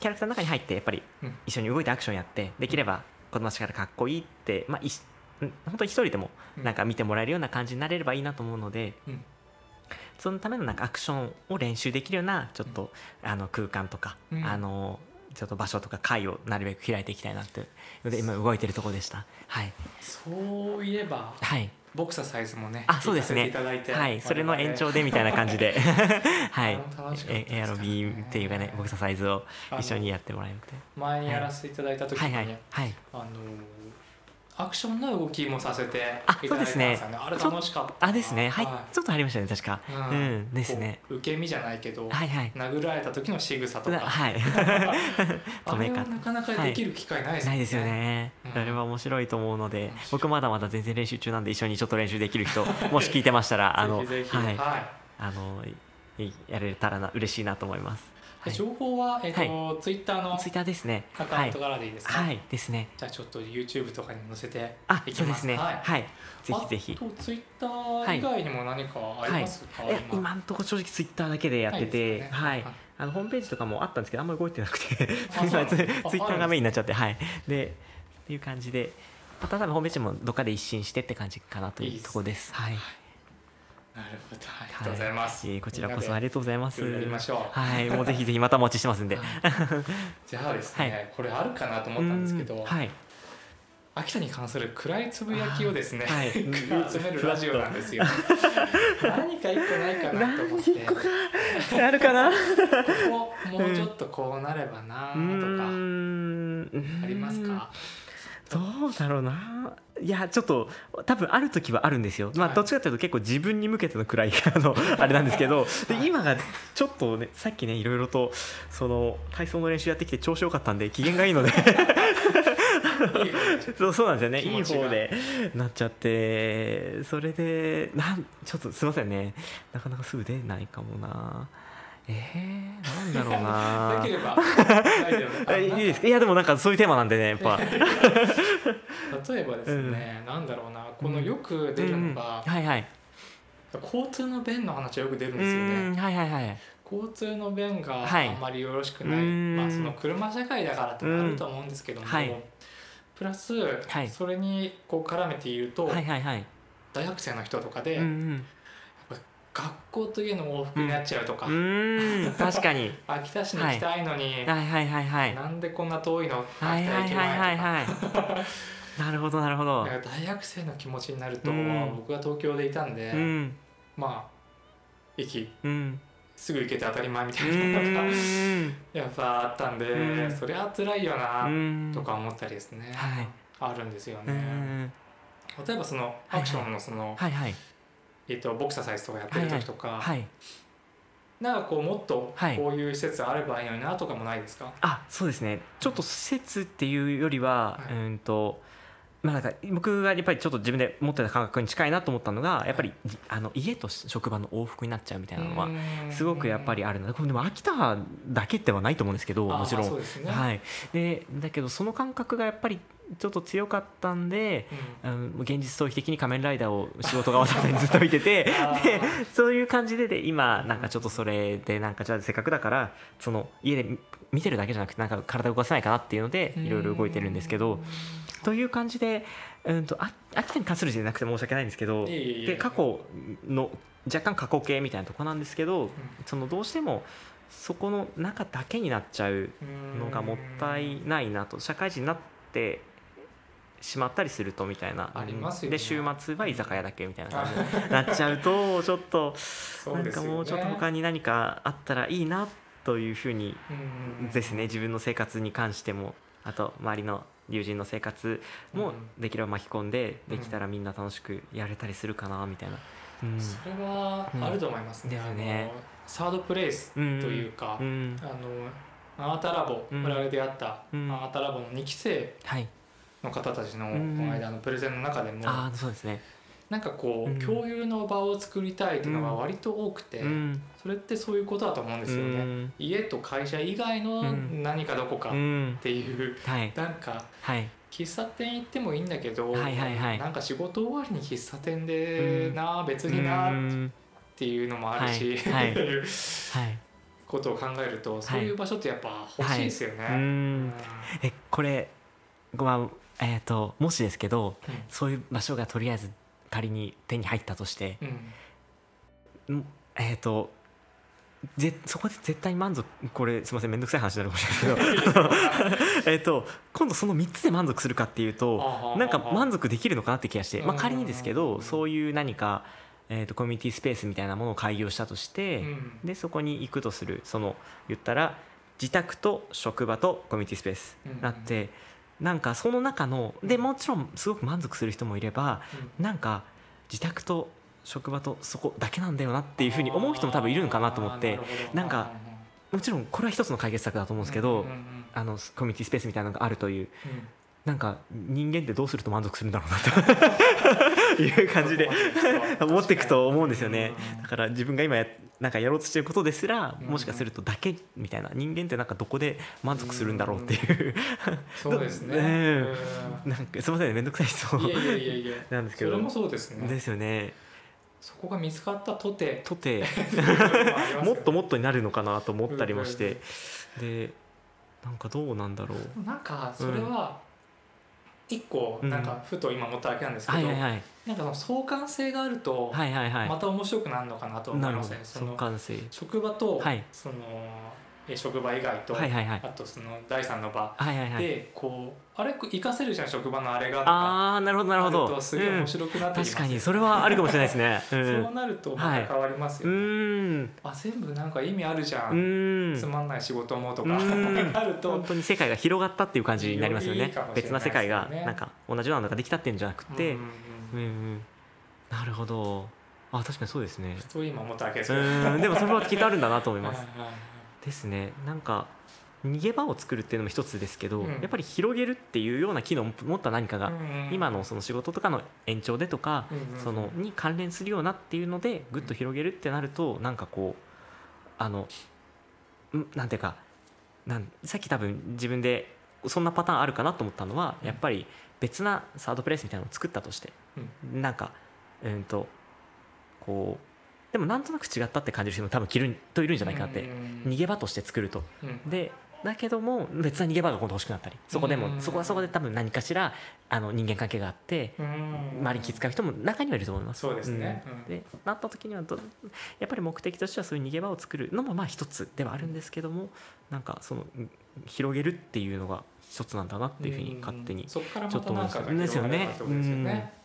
S2: キャラクターの中に入ってやっぱり
S1: うん
S2: 一緒に動いてアクションやってできればこの街からかっこいいって、まあ、いしうん本当に一人でも
S1: うん
S2: なんか見てもらえるような感じになれればいいなと思うので、
S1: うん
S2: そのためのなんかアクションを練習できるようなちょっと、あの空間とか、
S1: うん
S2: あのちょっと場所とか会をなるべく開いていきたいなっていうので今動いてるところでした。はい、
S1: そういえば
S2: はい
S1: ボクササイズもね
S2: あそうですね
S1: 聞かせていただいて
S2: はい、それの延長
S1: 我々
S2: でみたいな感 じで、はい
S1: あの楽しかったですからね、
S2: えエアロビーっていうかね、ボクサーサイズを一緒にやってもらえなくて、
S1: 前にやらせていただいた時
S2: は
S1: に
S2: い
S1: ね、
S2: はいはい、
S1: あのアクションの動きもさせて
S2: あ
S1: いただいたんですよ
S2: そうです
S1: ねあれ楽しかったな
S2: あですねはい、
S1: は
S2: ちょっとありましたね確か
S1: い
S2: うん、ですね
S1: こう受け身じゃないけど、
S2: はいはい
S1: 殴られた時の仕草とか、
S2: はい
S1: あ
S2: 止め
S1: れ
S2: 方
S1: はなかなかできる機会ないですよね,、
S2: ないですよね、
S1: うん
S2: あれは面白いと思うので
S1: 面白い
S2: 僕まだまだ全然練習中なんで一緒にちょっと練習でき る人もし聞いてましたらあの
S1: ぜひぜひ
S2: は
S1: はいい、
S2: あのいいやれたらな嬉しいなと思いますはい
S1: 情報は、えっとツイッターの
S2: ツイッターですね
S1: ア
S2: は
S1: カウン
S2: い
S1: トからでいいですか、
S2: はいですね
S1: じゃあちょっと YouTube とかにも載せて
S2: あ
S1: いき
S2: そうで
S1: ますす
S2: ね
S1: は
S2: はいい、ぜひぜひ
S1: あとツイッター以外にも何かありますか、
S2: いや今んとこ正直ツイッターだけでやって
S1: ない
S2: て、
S1: ですよね
S2: はい
S1: はい
S2: あのホームページとかもあったんですけどあんまり動いてなくて
S1: あそう
S2: 今
S1: なん
S2: ツ
S1: で
S2: ツイ
S1: すねあ
S2: ッターがメインになっちゃってはいでっていう感じでまた多分ホームページもどっかで一新してって感じかなと
S1: いい
S2: い
S1: で
S2: う
S1: す
S2: とこですはい
S1: なるほどありがとうございます、
S2: はいえーこちらこそありがとうございます
S1: みんなでやりましょう
S2: はいもうぜひぜひまたお待ちしてますんで
S1: じゃあですね、
S2: は
S1: これあるかなと思ったんですけ
S2: う
S1: ど、
S2: んはい
S1: 秋田に関する暗いつぶやきをですね、
S2: はい
S1: 集めるラジオなんですよ何か一個ないかなと思ってこ
S2: あるか な
S1: こもうちょっとこうなればな
S2: う
S1: と
S2: ーん
S1: かありますか
S2: どうだろうないやちょっと多分ある時はあるんですよ、まあ、
S1: はい
S2: どっちかというと結構自分に向けての暗い あのあれなんですけど
S1: は
S2: で
S1: い
S2: 今がちょっとねさっきねいろいろとその体操の練習やってきて調子良かったんで機嫌がいい ので
S1: いいかもしれない
S2: そうそうなんですよね
S1: 気
S2: いい
S1: 持ちが
S2: 方でなっちゃってそれでなんちょっとすいませんねなかなかすぐ出ないかもなえー、なんだろう
S1: な
S2: な
S1: ければ大丈夫
S2: えいいですかいやでもなんかそういうテーマなんでねやっぱ
S1: 例えばですね、なんだろうなこのよく 出るのが、
S2: うんはいはい
S1: 交通の便の話はよく出るん
S2: う
S1: ですよ
S2: ーん
S1: ね
S2: はいはいはい
S1: 交通の便が
S2: はい
S1: あんまりよろしくない、
S2: うん
S1: まあその車社会だからってのあると思うんですけども、
S2: うんはい
S1: プラス、
S2: はい
S1: それにこう絡めていると、
S2: はいはいはい
S1: 大学生の人とかで、
S2: うんうん
S1: 学校と家の往復になっちゃうとか、
S2: うーん確か に
S1: 秋田市に行きたいのに、
S2: はいはいはいはい
S1: なんでこんな遠いの秋
S2: はい
S1: 田
S2: は
S1: 駅
S2: いはいは
S1: 前
S2: い
S1: とか。
S2: はいなるほどなるほど
S1: なんか大学生の気持ちになると、
S2: うん
S1: 僕は東京でいたんで、
S2: うん
S1: まあ駅
S2: うん
S1: すぐ行けて当たり前み
S2: う
S1: たいなのが
S2: ー ん
S1: やっぱあったんで、
S2: うん
S1: そりゃ辛いよな
S2: うん
S1: とか思ったりですね、
S2: はい
S1: あるんですよ
S2: う
S1: ね。
S2: ん
S1: 例えばその
S2: は
S1: ア
S2: い
S1: クションのその、
S2: はいはい
S1: えっとボクサーサイズとかやってる時とか、
S2: はい
S1: なんかこうもっと
S2: はい
S1: こういう施設あればいいのになとかもないですか、
S2: あそうですねちょっと施設っていうよりは、
S1: はい
S2: うんとまあなんか僕がやっぱりちょっと自分で持ってた感覚に近いなと思ったのがやっぱりじあの家と職場の往復になっちゃうみたいなのは
S1: うん
S2: すごくやっぱりあるのでこれでも秋田だけではないと思うんですけど
S1: あ
S2: もちろ
S1: ま
S2: ん
S1: あそうですね、
S2: はい、でだけどその感覚がやっぱりちょっと強かったんで、
S1: うん
S2: うん、現実逃避的に仮面ライダーを仕事が終わった後にずっと見てて
S1: あー
S2: でそういう感じでで今なんかちょっとそれでなんかじゃあせっかくだからその家で見見てるだけじゃなくてなんか体動かせないかなっていうのでいろいろ動いてるんですけど。という感じで、うん、とあ秋田に関するじゃなくて申し訳ないんですけど
S1: いえいえいえ
S2: で過去の若干過去形みたいなとこなんですけど、そのどうしてもそこの中だけになっちゃう
S1: うん
S2: のがもったいないなと社会人になってしまったりするとみたいな
S1: ありますよね
S2: で週末は居酒屋だけみたいな感じになっちゃうとちょっと
S1: そ
S2: な
S1: うんです
S2: か
S1: よね
S2: もうちょっと他に何かあったらいいなというふうに
S1: うんうん
S2: ですね自分の生活に関してもあと周りの友人の生活も
S1: うん
S2: できれば巻き込んで
S1: うん
S2: できたらみんな楽しくやれたりするかなみたいな。うん
S1: それはあると思いますね。
S2: うん
S1: あの
S2: ね
S1: サードプレイスというか、
S2: うん
S1: あのアータラボ、
S2: うん
S1: 我々でやった、
S2: うん
S1: アータラボの2期生
S2: はい、
S1: の方たちのこ
S2: うん
S1: の間のプレゼンの中でも、
S2: ああそうですね。
S1: なんかこう、
S2: うん
S1: 共有の場を作りたいというのが
S2: うん
S1: 割と多くて、
S2: うん
S1: それってそういうことだと思うんですよね。
S2: うん
S1: 家と会社以外の
S2: うん
S1: 何かどこか
S2: う
S1: っ
S2: ん、
S1: ていう、
S2: はい
S1: なんか
S2: はい
S1: 喫茶店行ってもいいんだけど、
S2: はいはいはい
S1: なんか仕事終わりに喫茶店で
S2: うん
S1: な、別にな
S2: う
S1: っ
S2: ん
S1: ていうのもあるし、
S2: はいはい
S1: って いう
S2: はい
S1: ことを考えるとそういう場所ってやっぱ欲しいですよね。
S2: う
S1: うん
S2: んえこれごまんえっ、ともしですけどそういう場所がとりあえず仮に手に入ったとして
S1: うん
S2: んえっ、とぜそこで絶対満足これすみません面倒くさい話になるかもしれない けどえっと今度その3つで満足するかっていうとなんか満足できるのかなって気がして、まあ、仮にですけ
S1: う
S2: ど
S1: ん
S2: そういう何か、えー、とコミュニティスペースみたいなものを開業したとして、
S1: うん
S2: でそこに行くとするその言ったら自宅と職場とコミュニティスペース
S1: うん
S2: なって、なんかその中のでもちろんすごく満足する人もいればなんか自宅と職場とそこだけなんだよなっていうふうに思う人も多分いるのかなと思って
S1: あーるほど
S2: なんか
S1: はいはいはい
S2: もちろんこれは一つの解決策だと思うんですけど、
S1: うんうんうん
S2: あのコミュニティスペースみたいなのがあるという
S1: うん
S2: なんか人間ってどうすると満足するんだろうな という感じで持っていくと思うんですよねだから自分が今やなんかやろうとしてることですら
S1: うん
S2: もしかするとだけみたいな人間ってなんかどこで満足するんだろうっていう
S1: そうですね
S2: ねえ
S1: う
S2: なんかすいませんね面倒くさいそ
S1: んいや
S2: う
S1: いやいやいや
S2: なんですけ
S1: そ
S2: ど
S1: れもそうですね
S2: ですよね
S1: そこが見つかったとて
S2: とても
S1: も
S2: っと もっとになるのかなと思ったりもし
S1: うんうん
S2: てでなんかどうなんだろう
S1: なんかそれは一個なんかふと今思っただけなんですけ
S2: は
S1: ど
S2: いはい
S1: なん
S2: はい
S1: かその相関性があると
S2: はいはいはい
S1: また面白くなるのかなと思
S2: ないる
S1: ま
S2: ほ
S1: す
S2: ど
S1: ねそ
S2: その
S1: の
S2: 完成
S1: 職場と
S2: はい
S1: そのえ職場以外と
S2: はいはいはい
S1: あとその第三の場
S2: はいはいはい
S1: でこうあれ活かせるじゃん職場のあれがとか
S2: ああなるほどなるほ
S1: ある
S2: ど
S1: とすげえ
S2: うん
S1: 面白くなってきます
S2: 確かにそれはあるかもしれないですね。う
S1: そうんなるとまた変わります
S2: う
S1: よね、
S2: ーん
S1: あ全部なんか意味あるじゃ、
S2: うんーん
S1: つまんない仕事もと
S2: う
S1: か
S2: ん
S1: あると
S2: 本当に世界が広がったっていう感じになります
S1: よ
S2: よ
S1: りい
S2: ね
S1: いかもしれないです
S2: 別
S1: よね
S2: な世界がなんか同じようなのができたっていうんじゃなくて、う
S1: うんうんう
S2: んうんんなるほどあ確かにそうですね
S1: そう今思ったわけです
S2: う
S1: よ
S2: ーんでもそれはきっとあるんだなと思いま
S1: は
S2: す
S1: いはいはい
S2: ですねなんか逃げ場を作るっていうのも一つですけど、
S1: うん
S2: やっぱり広げるっていうような機能を持った何かが、
S1: うんうん
S2: 今のその仕事とかの延長でとか、
S1: うんうん
S2: そのに関連するようなっていうのでぐっと広げるってなるとなんかこうあのんなんていうかなんさっき多分自分でそんなパターンあるかなと思ったのは
S1: うん
S2: やっぱり別なサードプレイスみたいなのを作ったとして、なんかうんとこうでもなんとなく違ったって感じる人も多分きるんといるんじゃないかなって、
S1: うん
S2: 逃げ場として作ると
S1: うん
S2: でだけども別な逃げ場が今度欲しくなったりそこで
S1: う
S2: も
S1: ん
S2: そこはそこで多分何かしらあの人間関係があって
S1: うん
S2: 周りに気遣う人も中にはいると思います。
S1: そうですね
S2: うん
S1: うん
S2: でなった時にはどやっぱり目的としてはそういう逃げ場を作るのもまあ一つではあるんですけどもなんかそのうん広げるっていうのが一つなんだなっていうふうに勝手に
S1: うん。そこからま
S2: ちょったと思い
S1: なん
S2: ます
S1: かが広がればってことですよ
S2: ですよ
S1: ね
S2: ね。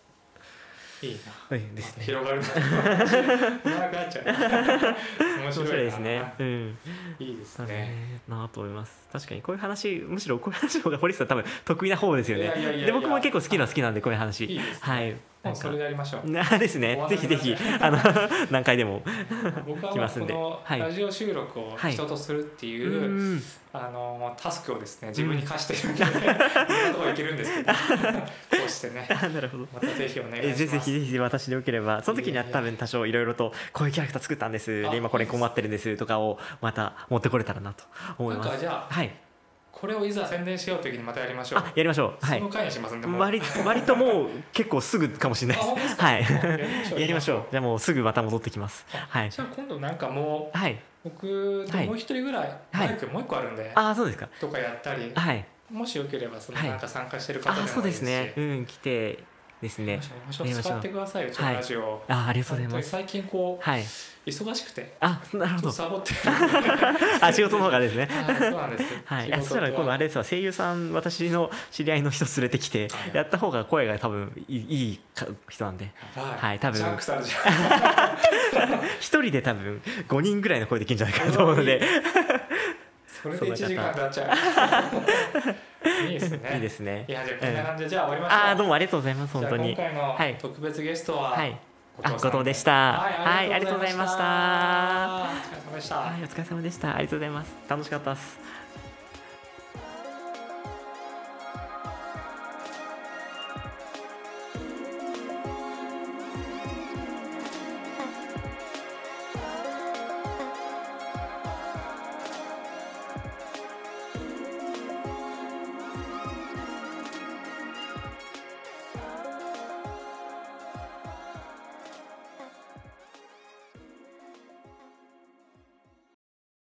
S1: いい
S2: うん
S1: な。
S2: ですね。
S1: 広がるな。長くなっちゃう。面
S2: 面
S1: 白い
S2: 白
S1: ない
S2: ですね。うん。
S1: いいです
S2: なので
S1: ね。
S2: ねなあと思います。確かにこういう話むしろこういう話の方が堀内さん多分得意な方ですよ
S1: いやいやいやい
S2: ね。
S1: や
S2: で僕も結構好きなの好きなんでこういう話。
S1: いいですね
S2: はい。
S1: も
S2: なん
S1: うそ
S2: か
S1: れでやりましょう。
S2: なです ね
S1: 終わ。ら
S2: ぜ
S1: なく
S2: ひぜ
S1: なっち
S2: ひ
S1: ゃう
S2: あの何回でも。
S1: 僕は
S2: 来
S1: まあ
S2: ます
S1: こ
S2: んで
S1: の
S2: はい
S1: ラジオ収録を
S2: はい
S1: 人とするって
S2: う
S1: いう、
S2: ん。
S1: あのタスクをですね自分に課しているんで、いろんなとこ行けるんですけどこうしてね
S2: あなるほど。
S1: またぜひお願いし
S2: え
S1: ます。
S2: ぜひぜひぜひ私でよければその時にはい
S1: やいや
S2: 多分多少いろいろとこういうキャラクター作ったんです
S1: あ
S2: で今これ困ってるんですとかをまた持ってこれたらなと思い
S1: なん
S2: ます
S1: かじゃあ
S2: はい
S1: これをいざ宣伝しようという時にまたやりましょう。
S2: あやりましょうは
S1: そ
S2: い
S1: の回にしますんでもう。
S2: 割割ともう結構すぐかもしれない
S1: あ本当
S2: で
S1: です
S2: す
S1: か
S2: はい
S1: やりましょう
S2: やりましょうじゃあもうすぐまた戻ってきますはい
S1: じゃあ今度なんかも
S2: はい。
S1: う僕と
S2: はい
S1: もう一人ぐらい
S2: はい
S1: マイクもう一個あるんで、
S2: ああ、そうですか。
S1: とかやったり、
S2: はい。
S1: もしよければその
S2: はい
S1: なんか参加してる方
S2: あ
S1: でもい
S2: あ、
S1: いし
S2: そうですね。うん、来てですね
S1: もし。もしも
S2: やり
S1: し
S2: ましょう
S1: 使ってくださいよ、ちょっとラジオ。
S2: ああ、ありがとうござい
S1: 本当
S2: ま
S1: に
S2: す。
S1: 最近こ
S2: はい。
S1: う忙しくて、
S2: あ、なる
S1: ちょっ
S2: ほ
S1: と
S2: ど。
S1: サボってる。 あ
S2: あ、仕事の方がですね。
S1: ーそうなんです。
S2: はい。あ、
S1: 仕
S2: そし
S1: 事
S2: たら
S1: と
S2: 今度あれですわ、声優さん、私の知り合いの人連れてきて
S1: は、い
S2: やった方が声が多分いいいいか人なんで、
S1: はい、
S2: はい多分
S1: ジャンクさんじゃん。
S2: 一人で多分5人ぐらいの声できるんじゃないかなと思うので、
S1: それで一時間経っちゃ う。いいですね。
S2: いいですね
S1: い。やじゃあこんな感じで、じゃあ終わりましょう。
S2: ああ、どうもありがとうございます、本当に
S1: じ。ゃあ今
S2: は
S1: 回
S2: い
S1: の特別ゲストは、
S2: はい。
S1: さん
S2: あ後藤でした
S1: はい、ありがとうございました。
S2: は
S1: お疲れ様でした。
S2: はい、お疲れ様でした。ありがとうございます。楽しかったです。